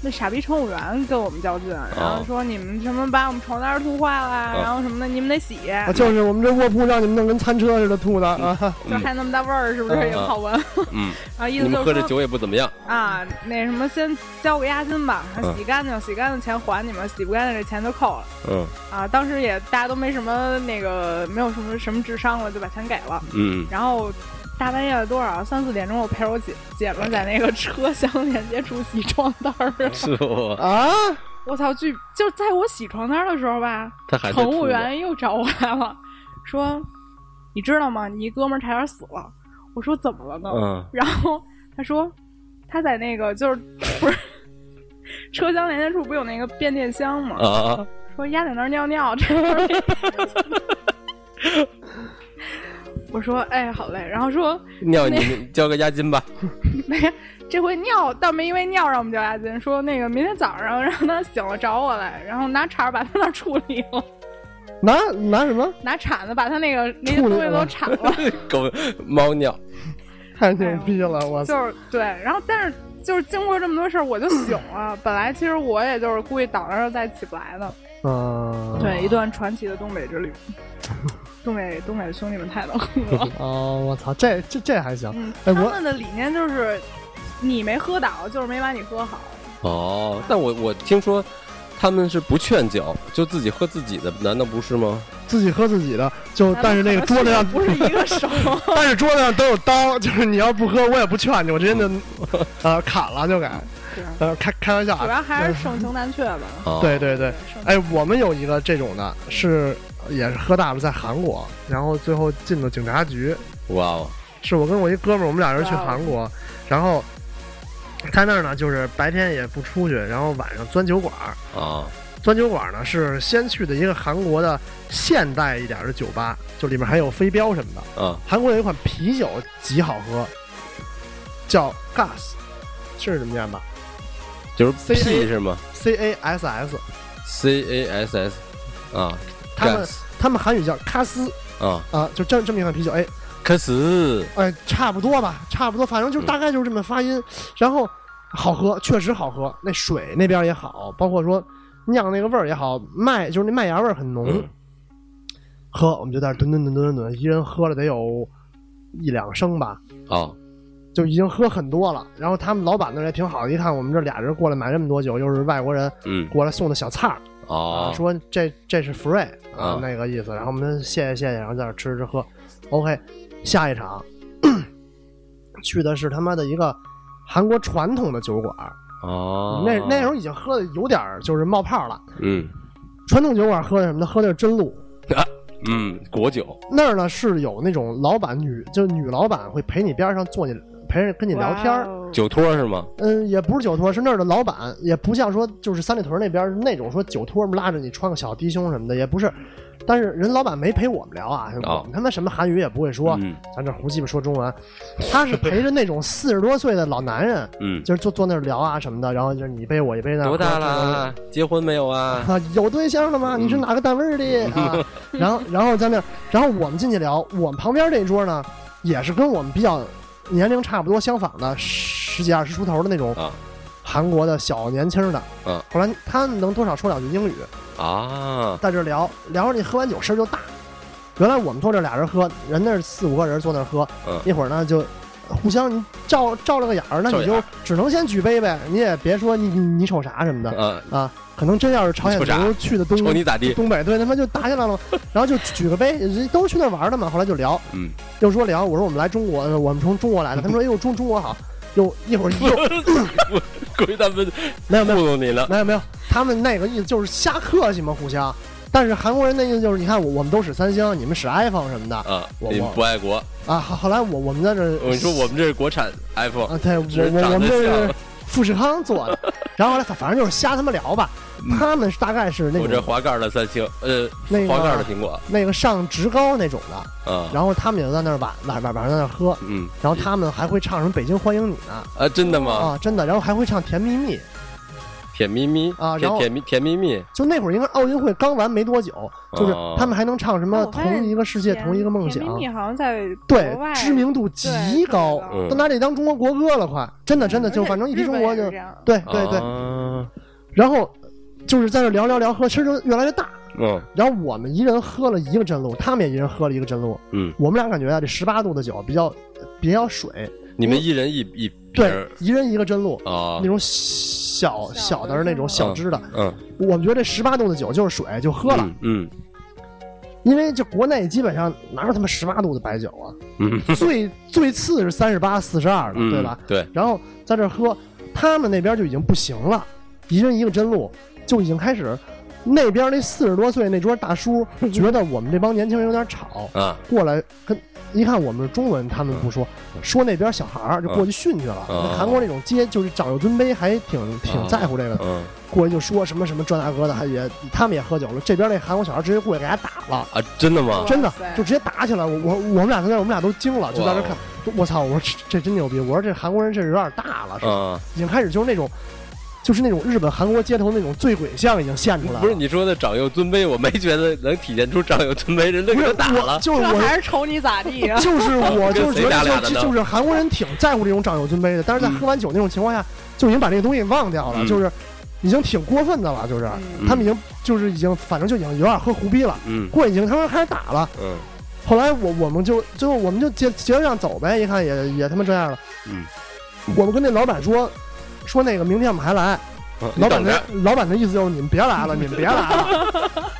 E: 那傻逼乘务员跟我们较劲，然后
A: 哦
E: 说你们什么把我们床单儿吐坏了，啊
A: 哦
E: 然后什么的，你们得洗，
D: 啊，就是我们这卧铺让你们弄跟餐车似的吐的啊，
E: 就还那么大味儿，是不是也不好闻？
A: 嗯，
E: 然后意
A: 你
E: 思
A: 们
E: 就
A: 喝
E: 是
A: 这
E: 说
A: 酒也不怎么样，
E: 啊，那什么先交个押金吧，
A: 嗯
E: 洗干净，洗干净钱还你们，洗不干净这钱就扣了。
A: 嗯
E: 啊，当时也大家都没什么那个，没有什么什么智商了，就把钱给了。
A: 嗯
E: 然后大半夜的多少三四点钟，我陪我姐姐们在那个车 厢连接处洗床单儿
A: 嗯，。是我，
D: 啊，
E: 我操，巨就在我洗床单儿的时候吧，
A: 他还在
E: 乘
A: 吐
E: 务
A: 呢
E: 员又找我来了，说你知道吗？你一哥们儿差点死了。我说怎么了呢？
A: 嗯
E: 然后他说他在那个就是不是车厢连接处不有那个变电箱吗？
D: 嗯
A: 啊，
E: 说丫在那儿尿尿，这会儿没 我说哎，好嘞。然后说
A: 尿你们交个押金吧，
E: 没，这回尿倒没因为尿让我们交押金，说那个明天早上让他醒了找我来，然后拿铲儿把他那儿处理了，
D: 拿拿什么？
E: 拿铲子把他那个那些
D: 处理
E: 东西
D: 了
E: 都铲 了，
A: 狗猫尿，
D: 太牛逼了，我操！
E: 就是对。然后但是就是经过这么多事儿，我就醒了。本来其实我也就是估计倒那儿再起不来的。
D: 啊，
E: 对，一段传奇的东北之旅。 东北东北的兄弟们太能喝 了。
D: 哦，我操，这这这还行，
E: 嗯，
D: 哎
E: 他
D: 我
E: 们的理念就是，你没喝倒，就是没把你喝好。
A: 哦，但我我听说他们是不劝酒，就自己喝自己的，难道不是吗？
D: 自己喝自己的，就但是那个桌子上
E: 咱们可能是不是一 个手，
D: 但是桌子上都有刀，就是你要不喝，我也不劝你，我直接 就呃砍了就给
E: 是，
D: 呃开开玩笑
E: 主
D: 啊，
E: 要还是盛情难却吧。
A: 啊，
D: 对，对对，
E: 盛情
D: 哎，我们有一个这种的，是也是喝大了，在韩国，然后最后进的警察局，
A: 哇哦，
D: 是我跟我一哥们儿，我们俩人去
E: 哇哦
D: 韩国，然后在那儿呢，就是白天也不出去，然后晚上钻酒馆儿，
A: 啊，
D: 钻酒馆呢是先去的一个韩国的现代一点儿的酒吧，就里面还有飞镖什么的。
A: 啊，
D: 韩国有一款啤酒极好喝，叫 Gas，是这么念吧
A: 就是
D: C A-
A: P 是吗
D: ？C A S S，
A: ？C A S S，啊，
D: 他们
A: Gas，
D: 他们韩语叫卡斯
A: 啊，
D: 啊，就这这么一款啤酒，哎
A: 克斯，
D: 哎，差不多吧，差不多，反正就
A: 嗯
D: 大概就是这么发音，然后好喝，确实好喝，那水那边也好，包括说酿那个味儿也好，麦就是那麦芽味儿很浓，
A: 嗯
D: 喝我们就在那儿吨吨吨吨吨，一人喝了得有一两升吧，
A: 哦，
D: 就已经喝很多了。然后他们老板那儿也挺好的，一看我们这俩人过来买这么多酒，又是外国人
A: 嗯，
D: 过来送的小菜儿、啊，
A: 哦，
D: 说这这是 free 啊、
A: 啊
D: 那个意思。然后我们谢谢谢谢，然后在那儿吃吃喝。OK，下一场 去的是他妈的一个韩国传统的酒馆儿，
A: 哦，
D: 那那时候已经喝的有点儿就是冒泡了。
A: 嗯
D: 传统酒馆喝的什么呢？喝的是真露。
A: 嗯，果酒，
D: 那儿呢是有那种老板女，就是女老板会陪你边上坐你，陪着跟你聊天儿。
E: 哇哦
A: 酒托是吗？
D: 嗯，也不是酒托，是那儿的老板，也不像说就是三里屯那边儿那种说酒托拉着你穿个小低胸什么的，也不是。但是人老板没陪我们聊啊，
A: 哦
D: 我们他妈什么韩语也不会说，
A: 嗯
D: 咱这胡鸡巴说中文。他是陪着那种四十多岁的老男人，
A: 嗯，
D: 就是坐坐那儿聊啊什么的，然后就是你一杯我一杯那儿
A: 多大
D: 喝这个
A: 啦？结婚没有啊？
D: 啊，有对象了吗？你是
A: 嗯
D: 哪个单位的、 啊？然后，然后在那儿，然后我们进去聊，我们旁边这一桌呢，也是跟我们比较年龄差不多相仿的，十几二十出头的那种
A: 啊
D: 韩国的小年轻的。
A: 啊
D: 后来他们能多少说两句英语，
A: 啊，
D: 在这儿聊聊着，你喝完酒声儿就大。原来我们坐这俩人喝，人那儿四五个人坐那儿喝，
A: 嗯
D: 一会儿呢就互相你照照了个眼儿，那
A: 照
D: 你
A: 眼
D: 就
A: 儿
D: 只能先举杯呗，你也别说你你你瞅啥什么的。
A: 啊，
D: 啊，可能真要是朝鲜
A: 瞅啥
D: 族去的东
A: 瞅你咋 地？
D: 东北，对他妈就打起 来了，然后就举个杯，都是去那儿玩的嘛。后来就聊，
A: 嗯，
D: 又说聊，我说我们来中国，呃我们从中国来的，他们 说哎呦中中国好，又一会儿又
A: 估计他们
D: 没有没
A: 糊
D: 有
A: 弄你了。
D: 没有没有，他们那个意思就是瞎客气嘛，互相。但是韩国人的意思就是，你看我我们都使三星，你们使 iPhone 什么的
A: 啊，
D: 我
A: 你们
D: 我
A: 不爱国？
D: 啊。后后来我我们在这儿，
A: 我说我们这是国产 iPhone，
D: 啊，对我
A: 只是
D: 我我
A: 长
D: 们
A: 得
D: 这是
A: 像
D: 富士康做 的，然后后来反反正就是瞎他妈聊吧，他们大概是那
A: 嗯我这
D: 种
A: 滑盖儿的三星，呃，
D: 那个
A: 滑盖儿的苹果
D: 那个上职高那种的。
A: 啊，
D: 然后他们也在那儿晚晚晚晚上在那儿喝，
A: 嗯，
D: 然后他们还会唱什么《北京欢迎你》呢
A: 啊，真的吗？
D: 啊，真的，然后还会唱《甜蜜蜜》。
A: 甜蜜蜜
D: 啊然
A: 甜
D: 后
A: 甜蜜甜蜜蜜，
D: 就那会儿应该奥运会刚完没多久，就是
A: 哦
D: 他们还能唱什么“
E: 我发现
D: 同一个世界，
E: 甜
D: 同一个梦想
E: 甜蜜蜜好像在”，
D: 对
E: 国外，
D: 知名度极高
E: 对，
A: 嗯
D: 都拿这当中国国歌了，快！真的真的，
E: 嗯而且
D: 就反正一提中国
E: 日本也
D: 就是
E: 这样
D: 对对对，
A: 啊
D: 然后就是在这聊聊聊喝，声就越来越大。
A: 嗯
D: 然后我们一人喝了一个真露，他们也一人喝了一个真露。
A: 嗯，
D: 我们俩感觉啊，这十八度的酒比较比较水，
A: 你们一人一一瓶
D: 对
A: 儿，
D: 一人一个真露，
A: 啊
D: 那，种小
E: 小
D: 小
E: 的
D: 的那种
E: 是吗
D: 小支的。
A: 嗯，
D: 我们觉得这十八度的酒就是水，就喝了，
A: 嗯，
D: 因为这国内基本上哪有他妈十八度的白酒啊？
A: 嗯嗯，
D: 最最次是三十八、四十二的，
A: 嗯
D: 啊对吧？？
A: 对，
D: 然后在这儿喝，他们那边就已经不行了，一人一个真露，就已经开始。那边那四十多岁那桌大叔觉得我们这帮年轻人有点 吵，
A: 啊
D: 过来跟一看我们是中文，他们不说，说那边小孩儿就过去训去了。
A: 嗯
D: 那韩国那种街就是长幼尊卑，还挺挺在乎这个的，
A: 嗯
D: 过去就说什么什么这那个的，还也他们也喝酒了。这边那韩国小孩直接过去给他打了。
A: 啊，真的吗？
D: 真的
E: 哇塞
D: 就直接打起来，我我我们俩在那儿，我们俩都惊了，就在那儿看
A: 哇，
D: 我操！我说这这真牛逼！我说这韩国人这有点大了，是吧
A: 啊，
D: 已经开始就是那种，就是那种日本韩国街头那种醉鬼相已经现出来了。
A: 不是你说的长幼尊卑，我没觉得能体现出长幼尊卑，人都给我打
D: 我
A: 了，
D: 就是
E: 这
D: 我？
E: 还是瞅你咋地啊
D: 就是我
A: 跟
D: 就是
A: 谁
D: 觉
A: 打俩
D: 得
A: 的
D: 就
A: 呢
D: 就是韩国人挺在乎这种长幼尊卑的，但是在
A: 嗯
D: 喝完酒那种情况下，就已经把这个东西忘掉了，
A: 嗯
D: 就是已经挺过分的了，就是
E: 嗯
D: 他们已经就是已经反正就已经有点喝胡逼了，
A: 嗯
D: 过已经他们开始打了。
A: 嗯
D: 后来我我们就最后我们就结结着账走呗，一看也也他妈这样了。
A: 嗯，
D: 我们跟那老板说说那个明天我们还来，
A: 嗯，你
D: 老
A: 等
D: 板的
A: 着，
D: 老板的意思就是你们别来了，你们别来 了。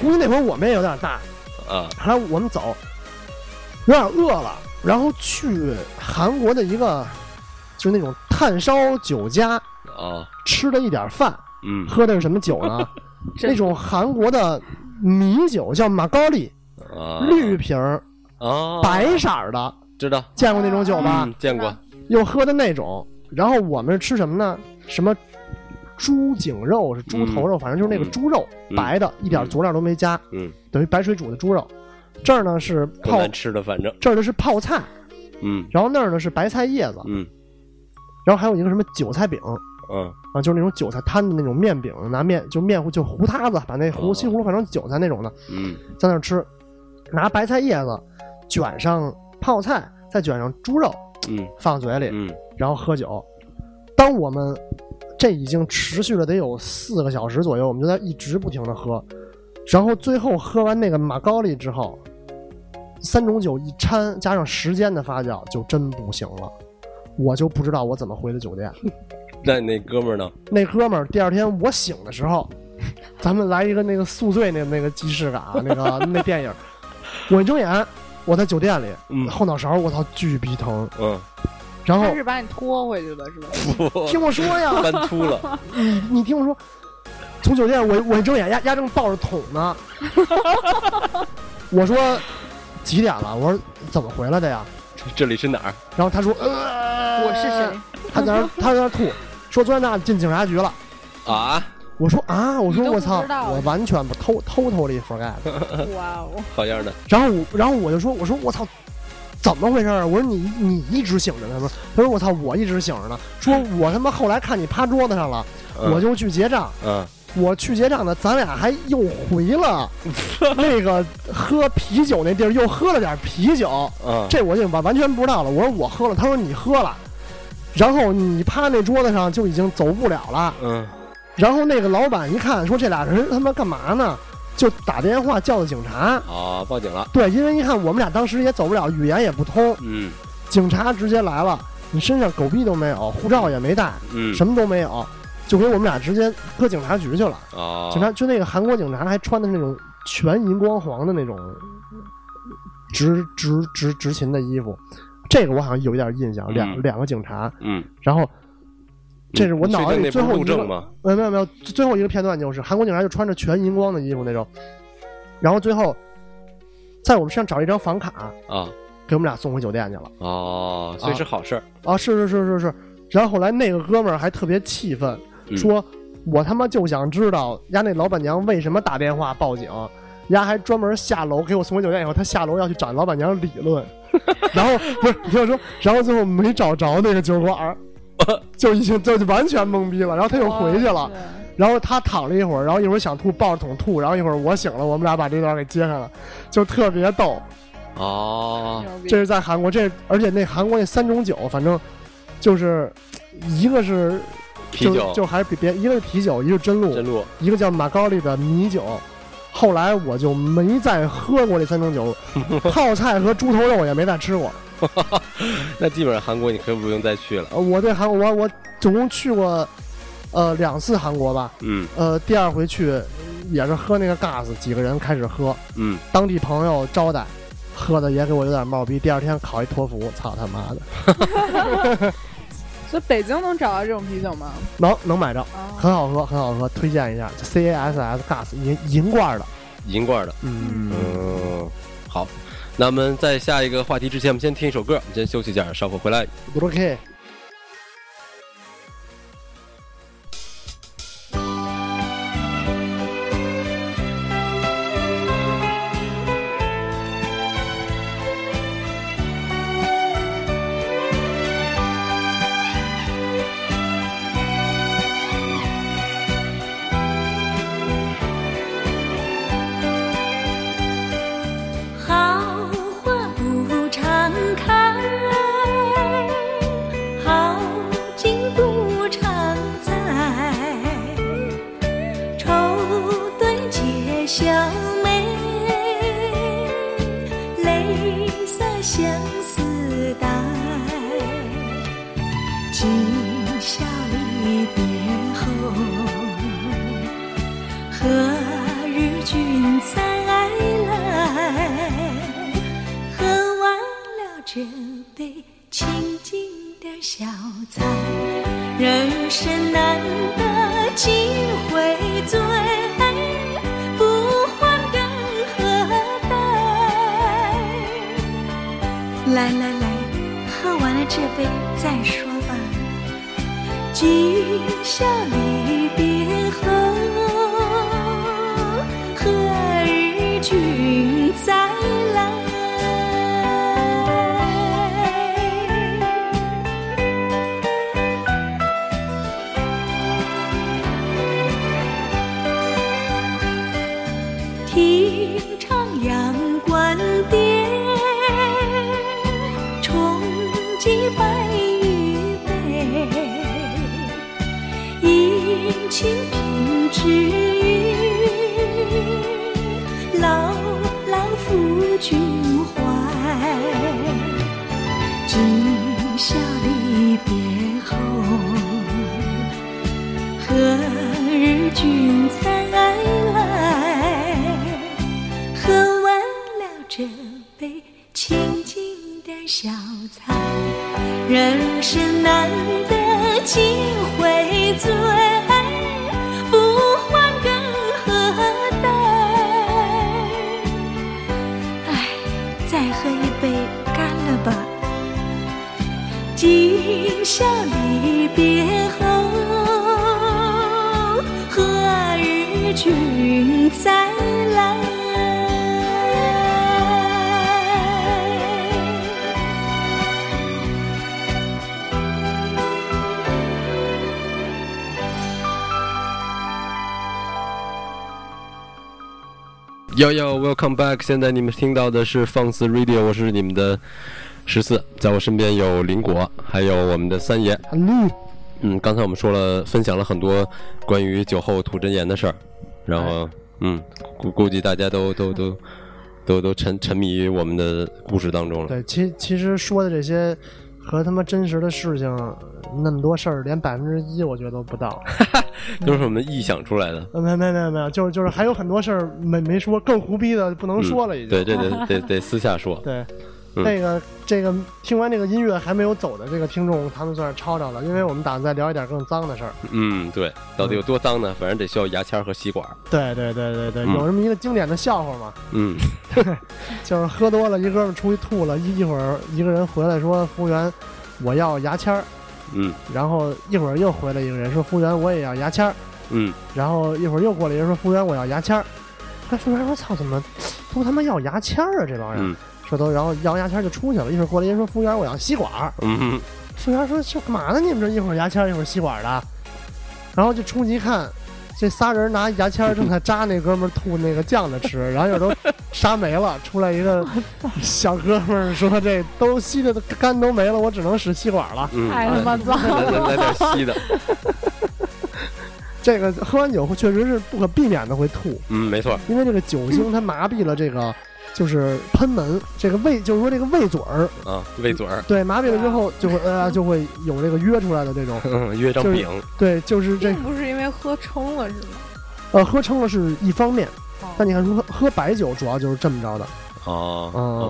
D: 估计那会儿我们也有点大，
A: 啊，
D: 后来我们走，有点饿了，然后去韩国的一个就是那种炭烧酒家
A: 啊，
D: 吃了一点饭，
A: 嗯
D: 喝的是什么酒呢？
E: 真
D: 那种韩国的米酒叫马高丽，
A: 啊，
D: 绿瓶儿
A: 啊，
D: 白色儿的。
A: 知道，
D: 见过那种酒吧，
A: 嗯，见过，
D: 又喝的那种。然后我们是吃什么呢？什么猪颈肉是猪头肉，反正就是那个猪肉，
A: 嗯
D: 白的，一点佐料都没加，
A: 嗯，
D: 等于白水煮的猪肉。这儿呢是
A: 不
D: 泡
A: 难，吃的，反正，
D: 这儿的是泡菜，
A: 嗯
D: 然后那儿呢是白菜叶子，
A: 嗯
D: 然后还有一个什么韭菜饼
A: 嗯
D: 啊，就是那种韭菜摊的那种面饼，拿面就面糊就糊塌子，把那
A: 哦
D: 糊西葫芦换成韭菜那种的，
A: 嗯
D: 在那儿吃，拿白菜叶子卷上泡菜，再卷上猪肉
A: 嗯
D: 放嘴里，
A: 嗯
D: 然后喝酒。当我们这已经持续了得有四个小时左右，我们就在一直不停的喝，然后最后喝完那个马高丽之后，三种酒一掺，加上时间的发酵，就真不行了。我就不知道我怎么回的酒店。
A: 那那哥们儿呢？
D: 那哥们儿第二天我醒的时候，咱们来一个那个宿醉那那个即视感啊，那个那电影。我一睁眼，我在酒店里，
A: 嗯
D: 后脑勺我操巨逼疼，
A: 嗯，
D: 然后
E: 他是把你拖回去的， 是吧？
D: 听我说呀，
A: 翻秃了，
D: 你你听我说，从酒店我我一睁眼，压压正抱着桶呢。 我说几点了？我说怎么回来的呀？
A: 这里是哪儿？
D: 然后他说，呃，
E: 我是谁？？
D: 他在那 儿他在那儿吐，说昨天那进警察局了。
A: 啊，
D: 我说啊，我
E: 你
D: 说
E: 都
D: 我
E: 不
D: 操
E: 知，道
D: 我完全不偷偷偷的 forget 了。
E: 哇哦，
A: 好样的！
D: 然后我然后我就说，我说我操。怎么回事啊？我说你你一直醒着呢，他说他说我操，我一直醒着呢。说我他妈后来看你趴桌子上了，
A: 嗯
D: 我就去结账，
A: 嗯
D: 我去结账呢，咱俩还又回了那个喝啤酒那地儿，又喝了点啤酒，
A: 嗯，
D: 这我就完完全不知道了。我说我喝了，他说你喝了，然后你趴那桌子上就已经走不了了。
A: 嗯
D: 然后那个老板一看，说这俩人他妈干嘛呢？就打电话叫的警察。
A: 啊，报警了。
D: 对，因为一看我们俩当时也走不了，语言也不通，
A: 嗯
D: 警察直接来了，你身上狗屁都没有，护照也没带，
A: 嗯，
D: 什么都没有，就给我们俩直接搁警察局去了。
A: 么啊？
D: 警察就那个韩国警察还穿的是那种全荧光黄的那种执执执执勤的衣服，这个我好像有一点印象。两、
A: 嗯
D: 两个警察，
A: 嗯，
D: 然后这是我
A: 你确
D: 脑袋
A: 定
D: 里
A: 那
D: 最
A: 不
D: 后
A: 是路
D: 一个
A: 政吗？
D: 呃没有没有最后一个片段就是韩国警察就穿着全荧光的衣服那种，然后最后在我们身上找一张房卡，
A: 啊
D: 给我们俩送回酒店去了。
A: 哦，所以是好事儿。
D: 啊，是是是是是。然后后来那个哥们儿还特别气愤，
A: 嗯
D: 说我他妈就想知道丫那老板娘为什么打电话报警，丫还专门下楼给我送回酒店以后，他下楼要去找老板娘理论，然后不是你听我说，然后最后没找着那个酒馆儿，就已经就就完全懵逼了，然后他又回去了
E: 哇。哦塞
D: 然后他躺了一会儿，然后一会儿想吐，抱着桶吐，然后一会儿我醒了，我们俩把这段给接上了，就特别逗。
A: 哦，
E: 牛逼
D: 啊这！是在韩国，这而且那韩国那三种酒，反正就是一个是
A: 啤
D: 就
A: 酒、
D: 就还是比别一个是啤酒，一个是真露，
A: 真露，
D: 一个叫马高丽的米酒。后来我就没再喝过这三种酒，泡菜和猪头肉也没再吃过。
A: 那基本上韩国你可以不用再去了。
D: 呃我对韩国，我我总共去过，呃两次韩国吧。
A: 嗯
D: 呃，第二回去也是喝那个 gas，几个人开始喝，
A: 嗯，
D: 当地朋友招待，喝的也给我有点冒逼。第二天考一托福，操他妈的，
E: 所以北京能找到这种啤酒吗？
D: 能能买着，
E: 啊，
D: 很好喝，很好喝，推荐一下。C A S S gas 银银罐的，
A: 银罐的。
D: 嗯
A: 嗯，好，那我们在下一个话题之前，我们先听一首歌，我们先休息一下，稍后回来。
D: ，OK。
F: 好花不常开，好景不常在。愁对解笑眉，泪洒相思带。今宵离别后，何日君再来？喝完了这杯，清静点小菜，人生难得几回醉，不欢更何待？来来来，喝完了这杯再说吧。今宵离别后，何日君再来？听徜阳关店，重寄白玉杯，饮清平之韵，牢牢抚君怀。今宵离别后，何日君再来？喝完了这杯清静点小菜，人生难得几回醉，不欢更何待？唉，哎再喝一杯，干了吧。今宵离别后，何日君再来？
A: Yo yo，welcome back！现在你们听到的是放肆 Radio，我是你们的十四，在我身边有林果，还有我们的三爷。
D: 嗯，
A: 嗯，刚才我们说了，分享了很多关于酒后吐真言的事儿，然后嗯，估估计大家都都都都都沉沉迷于我们的故事当中了。
D: 对，其其实说的这些和他妈真实的事情那么多事儿，连百分之一我觉得都不到。
A: 都是我们臆想出来的。
D: 呃没没没没有，就是就是还有很多事儿没没说，更胡逼的不能说了已经。
A: 对，这得得得私下 说。
D: 对，
A: 嗯
D: 那个这个听完这个音乐还没有走的这个听众，他们算是吵吵了，因为我们打算再聊一点更脏的事儿。
A: 嗯，对，到底有多脏呢？反正得需要牙签儿和吸管儿。
D: 对对对对对，
A: 嗯
D: 有这么一个经典的笑话嘛，
A: 嗯，
D: 就是喝多了，一哥们出去吐了，一一会儿一个人回来说服务员，我要牙签儿，
A: 嗯
D: 然后一会儿又回来一个人说服务员我也要牙签儿，
A: 嗯，
D: 然后一会儿又过来一人说服务员我要牙签儿，那服务员说操怎么都他妈要牙签儿啊这帮人，
A: 嗯
D: 说都然后要牙签儿就出去了，一会儿过来一人说服务员我要吸管儿，
A: 嗯
D: 服务员说这干嘛呢你们这一会儿牙签儿一会儿吸管儿的，然后就出去一看。这仨人拿牙签儿正在扎那哥们儿吐那个酱着吃，然后又都杀没了。出来一个小哥们儿说：“这都吸的干都没了，我只能使吸管了。”
A: 嗯，
E: 太他妈
A: 来
E: 脏！
A: 来来来点稀的。
D: 这个喝完酒会确实是不可避免的会吐，
A: 嗯，没错，
D: 因为这个酒精它麻痹了这个就是喷门，这个胃就是说这个胃嘴儿，
A: 啊，喂嘴儿，
D: 对，麻痹了之后就会呃就会有这个约出来的这种，
A: 嗯，约张
D: 就是
A: 饼，
D: 对，就是这
G: 并不是因为喝撑了是吗？
D: 呃喝撑了是一方面，
G: 哦
D: 但你看喝喝白酒主要就是这么着的，
A: 哦，
D: 嗯。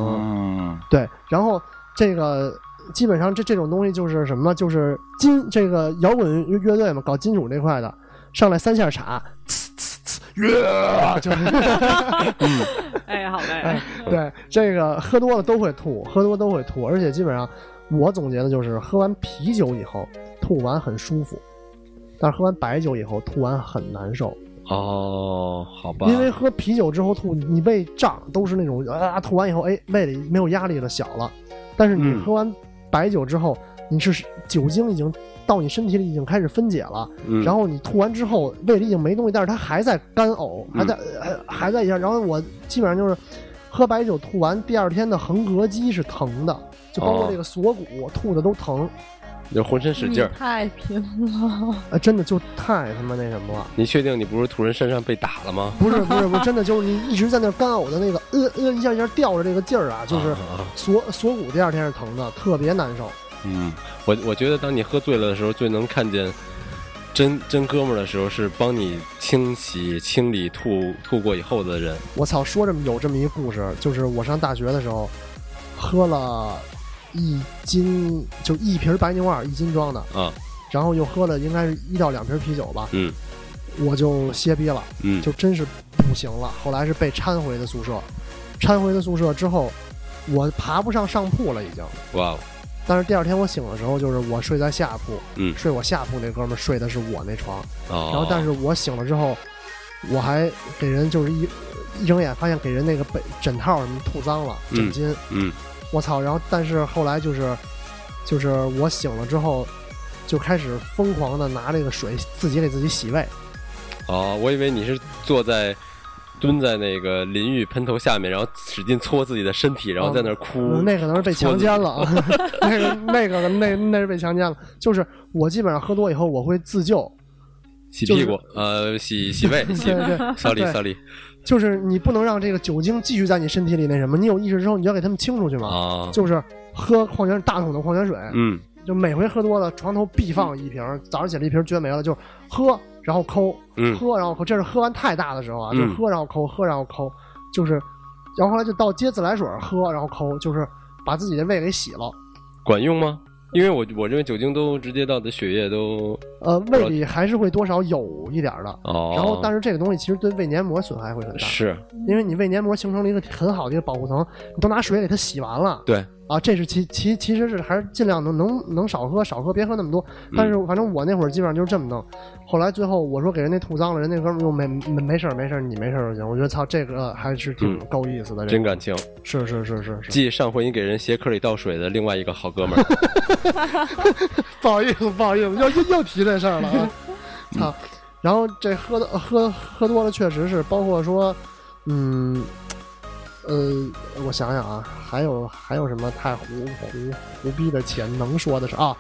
H: 嗯，
D: 对，然后这个基本上这这种东西就是什么，就是金这个摇滚乐乐队嘛，搞金属这块的，上来三下叉，呲呲呲， 就
E: 哎，好嘞，
D: 哎对这个喝多了都会吐，喝多都会吐，而且基本上我总结的就是喝完啤酒以后吐完很舒服。但是喝完白酒以后吐完很难受，
A: 哦，好吧，
D: 因为喝啤酒之后吐，你胃胀都是那种啊，吐完以后哎胃里没有压力了，小了。但是你
A: 嗯
D: 喝完白酒之后，你是酒精已经到你身体里已经开始分解了，
A: 嗯
D: 然后你吐完之后胃里已经没东西，但是它还在干呕，还
A: 嗯
D: 在、呃还在一下。然后我基本上就是喝白酒吐完，第二天的横膈肌是疼的，就包括
A: 哦
D: 这个锁骨、吐的都疼，
A: 就浑身使劲儿
D: 嗯
G: 你。太拼了，
D: 呃，真的就太他妈那什么 了。
A: 你确定你不是突然身上被打了吗？
D: 不是不是不是，真的就是你一直在那干呕的那个呃呃一下一下吊着这个劲儿啊，就是
A: 啊啊
D: 锁锁骨第二天是疼的，特别难受。
H: 嗯，
A: 我我觉得当你喝醉了的时候，最能看见真真哥们儿的时候，是帮你清洗、清理吐吐过以后的人。
D: 我操，说这么有这么一故事，就是我上大学的时候，喝了一斤，就一瓶白牛二，一斤装的
A: 啊，
D: 然后又喝了应该是一到两瓶啤酒吧，
A: 嗯，
D: 我就歇逼了，
A: 嗯，
D: 就真是不行了。后来是被搀回的宿舍，搀回的宿舍之后，我爬不上上铺了已经。
A: 哇哦，
D: 但是第二天我醒的时候，就是我睡在下铺，
A: 嗯
D: 睡我下铺那哥们儿睡的是我那床，
A: 哦
D: 然后但是我醒了之后，我还给人就是一一睁眼发现给人那个被枕套什么吐脏了，
A: 嗯
D: 枕巾，
A: 嗯，
D: 我操！然后但是后来就是就是我醒了之后，就开始疯狂的拿这个水自己给自己洗胃，
A: 哦，我以为你是坐在。蹲在那个淋浴喷头下面，然后使劲搓自己的身体，然后在
D: 哦
A: 那儿哭。
D: 那可能是被强奸 了啊，那个那个那那是被强奸了，就是我基本上喝多以后我会自救，
A: 洗
D: 就是
A: 屁股，呃，洗洗胃，洗
D: 对 对。
A: ，sorry
D: 对
A: sorry
D: 就是你不能让这个酒精继续在你身体里那什么，你有意识之后，你就要给他们清出去嘛。
A: 啊，
D: 就是喝矿泉大桶的矿泉水，
A: 嗯，
D: 就每回喝多了，床头必放一瓶，早上起来一瓶撅没了，就是喝然后抠，
A: 嗯
D: 喝然后抠，这是喝完太大的时候啊，就
A: 嗯
D: 是喝然后抠，喝然后抠，就是，然后后来就到接自来水喝然后抠，就是把自己的胃给洗了。
A: 管用吗？因为我我认为酒精都直接到的血液都
D: 呃，胃里还是会多少有一点儿的，
A: 哦，
D: 然后但是这个东西其实对胃黏膜损害会很大，
A: 是
D: 因为你胃黏膜形成了一个很好的一个保护层，你都拿水给它洗完了，
A: 对
D: 啊，这是其其其实是还是尽量能能能少喝少喝，别喝那么多。
A: 嗯
D: 但是反正我那会儿基本上就是这么弄。后来最后我说给人家吐脏了，人那哥们儿又没没没事儿没事儿，你没事儿就行。我觉得操，这个还是挺
A: 嗯
D: 够意思的，这
A: 真
D: 个
A: 感情。
D: 是是是是是。
A: 继上回你给人鞋壳里倒水的另外一个好哥们 儿，
D: 不好意思不好意思，又又又提这事儿了啊！操，然后这喝的喝喝多了确实是，包括说，嗯。呃，我想想啊，还有还有什么太胡胡胡逼的且能说的事啊？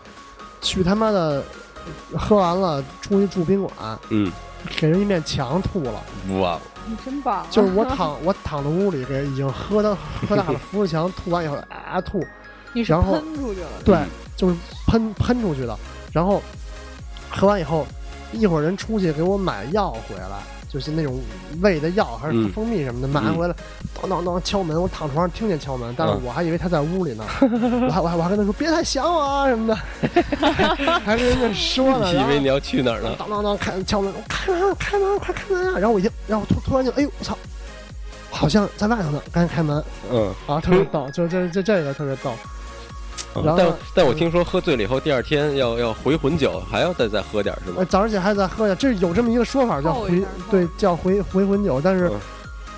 D: 去他妈的，喝完了出去住宾馆，
A: 嗯，
D: 给人一面墙吐了。
A: 哇，
E: 你真棒啊，
D: 就是我躺 我躺在屋里给已经喝的喝大了，扶着墙吐完以后啊吐，
E: 你是
D: 然后
E: 喷出去了，
D: 对，就是喷喷出去的。然后喝完以后，一会儿人出去给我买药回来，就是那种胃的药还是
A: 嗯
D: 蜂蜜什么的，买回来，当当当敲门，我躺床上听见敲门，但是
A: 嗯
D: 我还以为他在屋里呢，我还我还我还跟他说别太想我啊什么的， 还跟人家说呢，
A: 哦 你以
D: 然后
A: 为你要去哪儿呢？
D: 当当当开敲门，开门开门快开门啊！然后我一听，然后突突然就哎呦我操，好像在外头呢，赶紧开门
A: 嗯，
D: 啊，特别逗，就这这这个特别逗。然后
A: 但但我听说喝醉了以后，第二天要要回魂酒，还要再再喝点儿是
D: 呃，
A: 吗？
D: 早上起来还在喝呀，这有这么一个说法叫
E: 后
D: 回
E: 一下后，
D: 对，叫回回魂酒。但是
A: 嗯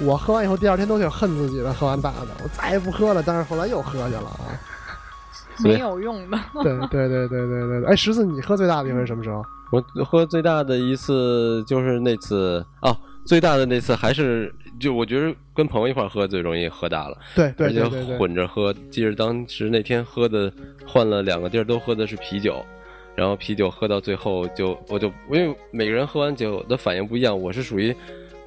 D: 我喝完以后，第二天都挺恨自己的，喝完大的，我再也不喝了。但是后来又喝去了啊。
A: 对
E: 没有用的，
D: 对对对对对对对。哎，十四，你喝最大的一回是什么时候？
A: 我喝最大的一次就是那次啊，最大的那次还是就我觉得跟朋友一块儿喝最容易喝大了，
D: 对
A: 而
D: 对
A: 且
D: 对对对。
A: 混着喝。记着当时那天喝的，换了两个地儿都喝的是啤酒，然后啤酒喝到最后就我就因为每个人喝完酒的反应不一样，我是属于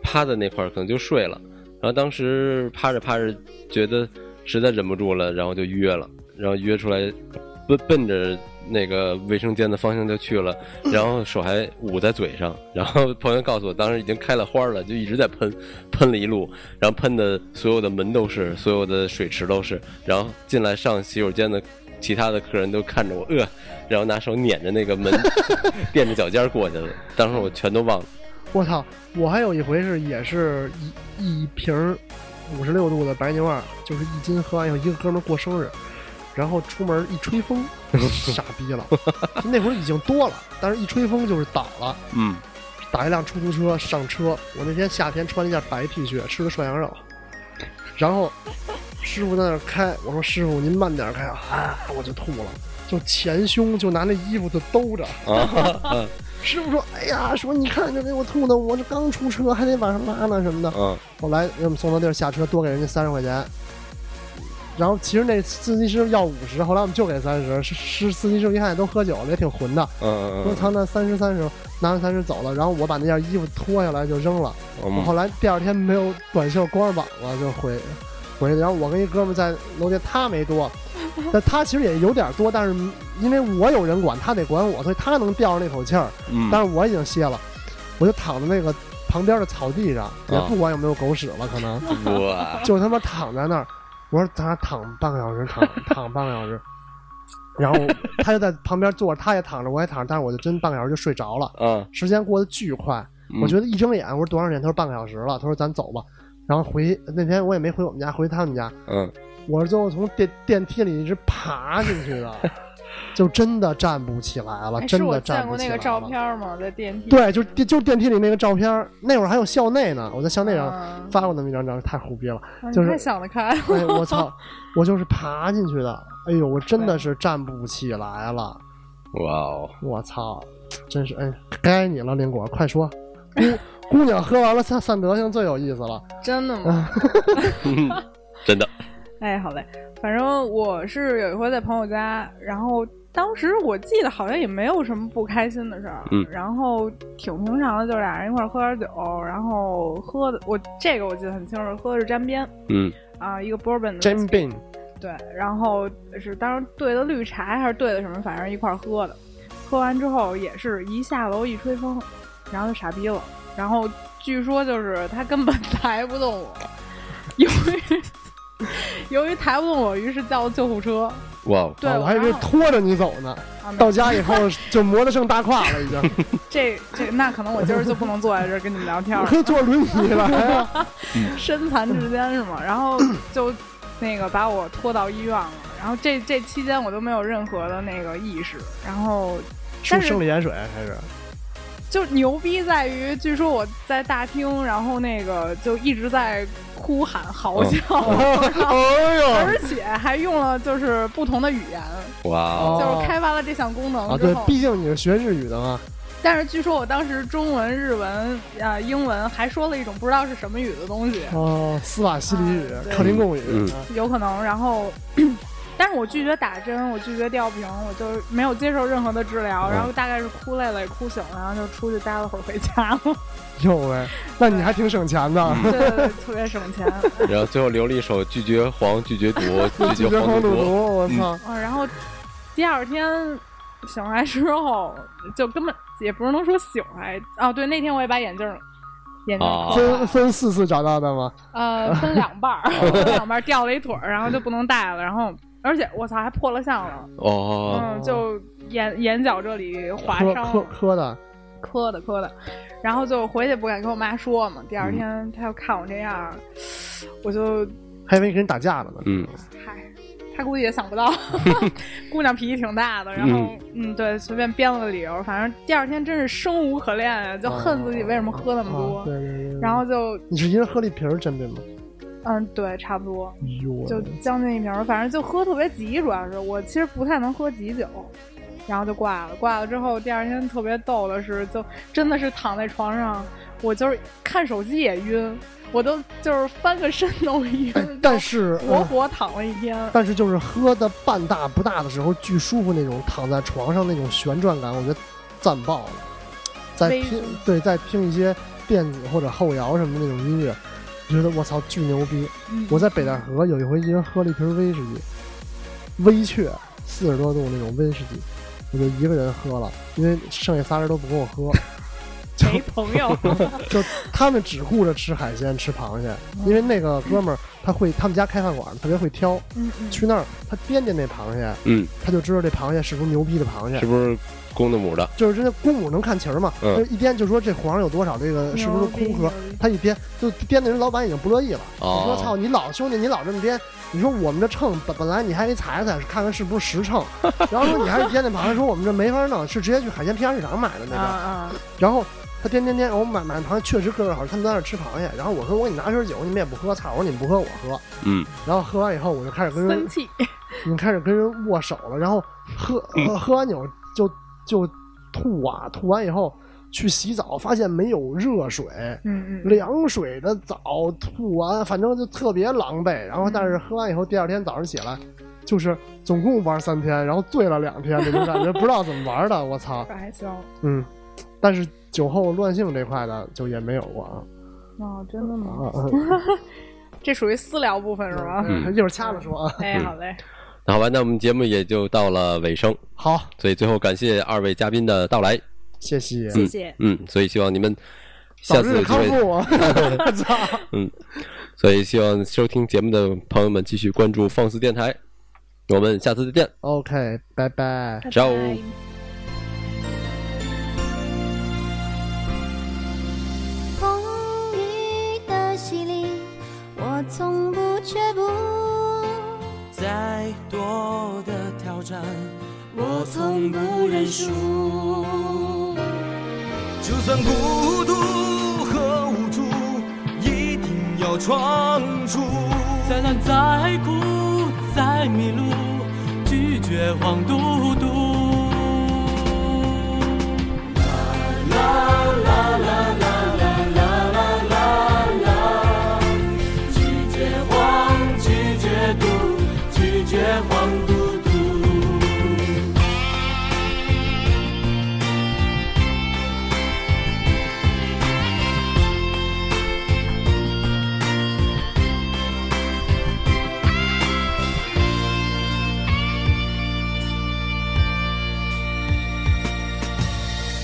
A: 趴在那块儿可能就睡了，然后当时趴着趴着觉得实在忍不住了，然后就约了，然后约出来奔奔着那个卫生间的方向就去了，然后手还捂在嘴上，然后朋友告诉我当时已经开了花了，就一直在喷，喷了一路，然后喷的所有的门都是，所有的水池都是，然后进来上洗手间的其他的客人都看着我，呃，然后拿手撵着那个 门，垫着脚尖儿过去了，当时我全都忘了。
D: 我操！我还有一回是也是一一瓶五十六度的白牛二，就是一斤喝完以后，一个哥们儿过生日，然后出门一吹风，我就傻逼了。就那会儿已经多了，但是一吹风就是倒了，
A: 嗯，
D: 打一辆出租车上车。我那天夏天穿了一件白 T 恤，吃的涮羊肉，然后师傅在那儿开，我说师傅您慢点儿开啊，我就吐了，就前胸就拿那衣服就兜着。
A: 啊，
D: 师傅说：“哎呀，说你看这给我吐的，我这刚出车还得往上拉呢什么的。
A: 嗯，”
D: 后来给我们送到地儿下车，多给人家三十块钱。然后其实那司机师傅要五十，后来我们就给三十。是是司机师傅一看都喝酒了，也挺混的，
A: 嗯
D: 说
A: 嗯，
D: 操那三十三十，拿完三十走了。然后我把那件衣服脱下来就扔了。我
A: 嗯，
D: 后来第二天没有短袖，光着膀子就回回去。然后我跟一哥们在楼下，他没多，但他其实也有点多，但是因为我有人管，他得管我，所以他能吊着那口气儿。
A: 嗯，
D: 但是我已经歇了，我就躺在那个旁边的草地
A: 啊
D: 上，也不管有没有狗屎了，可能
A: 嗯我，
D: 就他妈躺在那儿。我说咱俩躺半个小时，躺 躺半个小时。然后他就在旁边坐着，他也躺着，我也躺着，但是我就真半个小时就睡着了。
A: 嗯，
D: 时间过得巨快，我觉得一睁眼，我说多长时间？他说半个小时了。他说咱走吧。然后回那天我也没回我们家，回他们家，
A: 嗯，
D: 我是最后从电电梯里一直爬进去的，就真的站不起来了，
G: 哎
D: 真
G: 是我
D: 的站
G: 见
D: 不
G: 过
D: 起
G: 那
D: 来
G: 个照
D: 了。
G: 片吗？在电梯。
D: 对，就电就电梯里那个照片儿，那会儿还有校内呢，我在校内上
G: 啊
D: 发过那么一张照片，太虎逼了！
G: 啊
E: 嗯
G: 你
D: 就是
G: 太想得开了。
D: 哎，我 操，我就是爬进去的，哎呦，我真的是站不起来了，
A: 哇哦，
D: 我操，真是，哎，该你了，林果，快说， 姑姑娘喝完了散散德性最有意思了，
G: 真的 吗？
A: 嗯真的，
E: 哎，好嘞，反正我是有一回在朋友家，然后当时我记得好像也没有什么不开心的事儿，
A: 嗯
E: 然后挺平常的，就俩人一块儿喝点酒，然后喝的我这个我记得很清楚，喝的是沾边
A: 嗯
E: 啊，一个 bourbon 的
D: Jim
E: whisky
D: Beam，
E: 对，然后是当时兑的绿茶还是兑的什么，反正一块儿喝的。喝完之后也是一下楼一吹风，然后就傻逼了。然后据说就是他根本 抬不动我，由于由于抬不动我，于是叫救护车。
A: 哇哦，
E: 对，
D: 啊我还以
E: 然
D: 为
E: 后
D: 拖着你走呢，
E: 啊没
D: 到家以后就磨得剩大胯了，已 经
E: 这这那可能我今儿就不能坐在这儿跟你们聊 天了。
D: 坐轮椅 了，哎呀
E: 身残志坚是吗？然后就那个把我拖到医院了。然后这这期间我都没有任何的那个意识，然后
D: 出
E: 但是
D: 生理盐水还 是，
E: 就牛逼在于，据说我在大厅，然后那个就一直在哭喊嚎叫，
D: 嗯哎呦，
E: 而且还用了就是不同的语言，
A: 哇哦，
E: 就是开发了这项功
D: 啊，
E: 能之
D: 对
E: 后。，
D: 毕竟你是学日语的嘛，
E: 但是据说我当时中文、日文、啊、英文还说了一种不知道是什么语的东西，
D: 哦，斯瓦西里语
E: 啊、对
D: 克林贡语，
A: 嗯
D: 啊
E: 有可能。然后， 但是我拒绝打针，我拒绝吊瓶，我就没有接受任何的治疗。
A: 嗯
E: 然后大概是哭累了也哭醒了，然后就出去待了会儿回家了。
D: 哟喂，那你还挺省钱的，
E: 对对对，特别省钱。
A: 然后最后留了一首拒绝黄，拒绝毒，拒
D: 解决
A: 绝
D: 黄嗯
A: 黄
D: 赌
A: 赌
D: 毒，
A: 毒，
D: 我操！
E: 啊，然后第二天醒来之后，就根本也不是能说醒来哦，对，那天我也把眼镜儿眼镜
A: 啊
E: 儿抠
D: 分
E: 了，
D: 分四次找到的吗？
E: 呃，分两 半儿，分两半儿掉了一腿儿，然后就不能戴了，然后而且我操还破了相了，
A: 哦，
E: 嗯，就眼眼角这里划
D: 磕
E: 伤
D: 磕磕
E: 了，
D: 的，
E: 磕的磕的，然后就回去不敢跟我妈说嘛，第二
A: 嗯
E: 天她要看我这样儿，我就
D: 还以为跟人打架了呢。
A: 嗯，
E: 嗨，哎他估计也想不到，姑娘脾气挺大的，然后嗯对，随便编了个理由，反正第二天真是生无可恋啊，就恨自己为什么喝那么
D: 哦啊，
E: 多，
D: 对对对。
E: 然后就
D: 你是一人喝了一瓶儿真的吗？
E: 嗯对，差不多
D: 哎呦喂，
E: 就将近一瓶儿，反正就喝特别急，主要是我其实不太能喝急酒。然后就挂了，挂了之后，第二天特别逗的是，就真的是躺在床上，我就是看手机也晕，我都就是翻个身都晕，
D: 哎但是
E: 活
D: 呃
E: 活躺了一天。
D: 但是就是喝的半大不大的时候，巨舒服那种，躺在床上那种旋转感，我觉得赞爆了。再
E: 微
D: 拼对，再拼一些电子或者后摇什么的那种音乐，觉得我操巨牛逼！
E: 嗯
D: 我在北戴河有一回一人喝了一瓶威士忌，微雀四十多度那种威士忌，我就一个人喝了，因为剩下仨人都不跟我 喝。 就
E: 没朋 友，嗯
D: 就他们只顾着吃海鲜、吃螃蟹，因为那个哥们儿他会，他们家开饭馆，特别会挑。
E: 嗯嗯
D: 去那儿，他掂掂那螃蟹，
A: 嗯，
D: 他就知道这螃蟹是不是牛逼的螃
A: 是
D: 蟹，
A: 不是公的母的？
D: 就是真的公母能看蹄儿嘛，
A: 嗯
D: 他一掂就说这黄上有多少，这个是不是空
E: 牛
D: 壳
E: 逼？牛逼
D: 他一掂就掂的人老板已经不乐意了，
A: 哦
D: 说操你老兄弟你老这么掂，你说我们这秤本本来你还得踩踩看看是不是实秤， 然后说你还是掂那螃蟹，说我们这没法弄，是直接去海鲜批发市场买的那
E: 啊
D: 个，
E: 啊！
D: 然后他掂掂掂，我买买螃蟹确实个儿好，他们在那儿吃螃蟹，然后我说我给你拿瓶酒，你们也不喝，操，我说你们不喝我喝，
A: 嗯，
D: 然后喝完以后我就开始跟人
E: 嗯生气，
D: 已经开始跟人握手了，然后喝
A: 嗯
D: 喝喝完酒就就吐啊，吐完以后去洗澡，发现没有热水，
E: 嗯嗯，
D: 凉水的澡，吐完反正就特别狼狈。然后但
A: 嗯
D: 是喝完以后，第二天早上起来，就是总共玩三天，然后醉了两天，这种感觉不知道怎么玩的，我操，
E: 白交
D: 嗯，但是酒后乱性这块的就也没有过啊
E: 哦，真的吗？
D: 啊，
E: 这属于私聊部分是吗？
A: 嗯
D: 一会儿掐着说啊，
E: 哎，好嘞，
A: 那好吧，那我们节目也就到了尾声，
D: 好，
A: 所以最后感谢二位嘉宾的到来，
D: 谢谢。
A: 嗯
E: 谢。
A: 嗯，所以希望你们
D: 早
A: 下次
D: 日
A: 有机
D: 康
A: 会，
D: 复 啊！ 我操，
A: 所以希望收听节目的朋友们继续关注放肆电台，我们下次再见，
D: OK，拜拜。
A: ciao
F: 风雨的洗礼，我从不却步，
H: 再多的挑战，
F: 我从不认输。
H: 就算孤独和无助，一定要闯出。再难再苦再迷路，拒绝黄嘟嘟。拒绝黄，拒绝毒，拒绝黄嘟嘟。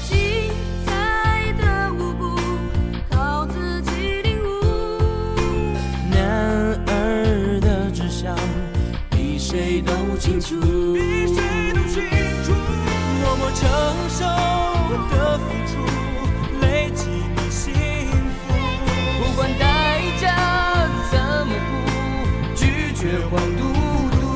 F: 精彩的舞步靠自己领悟，
H: 男儿的志向比谁都清楚，比谁都清楚。默默承受的付出，累积的幸福。不管代价怎么付，拒绝黄嘟嘟。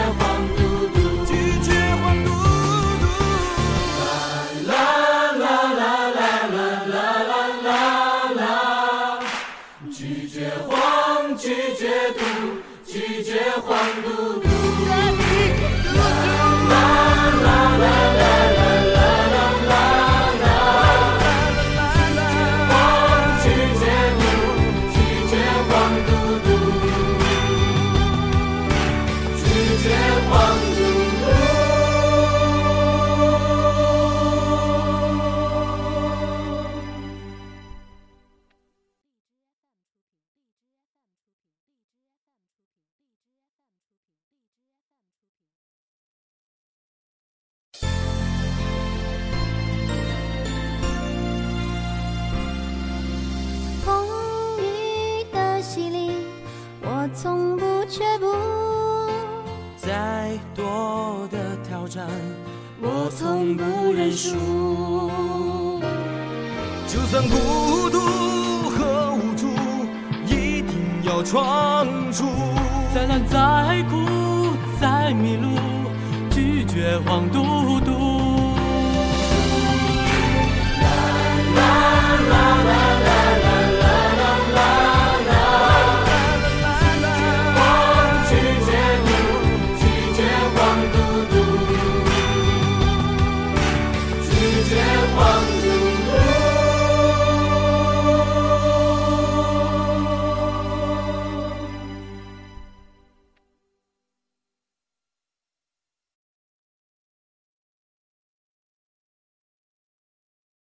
H: 拒绝黄嘟嘟。啦啦啦啦啦啦啦啦啦啦，拒绝黄，拒绝毒，拒绝黄嘟嘟。啦啦啦啦啦啦啦啦啦啦，拒绝黄，拒绝毒，拒绝黄嘟嘟。拒绝黄赌毒。
F: 风雨的洗礼，我从不却步，
H: 再多的挑战，
F: 我从不认输。
H: 就算孤独和无助，一定要闯出。再难再苦再迷路，拒绝黄嘟嘟。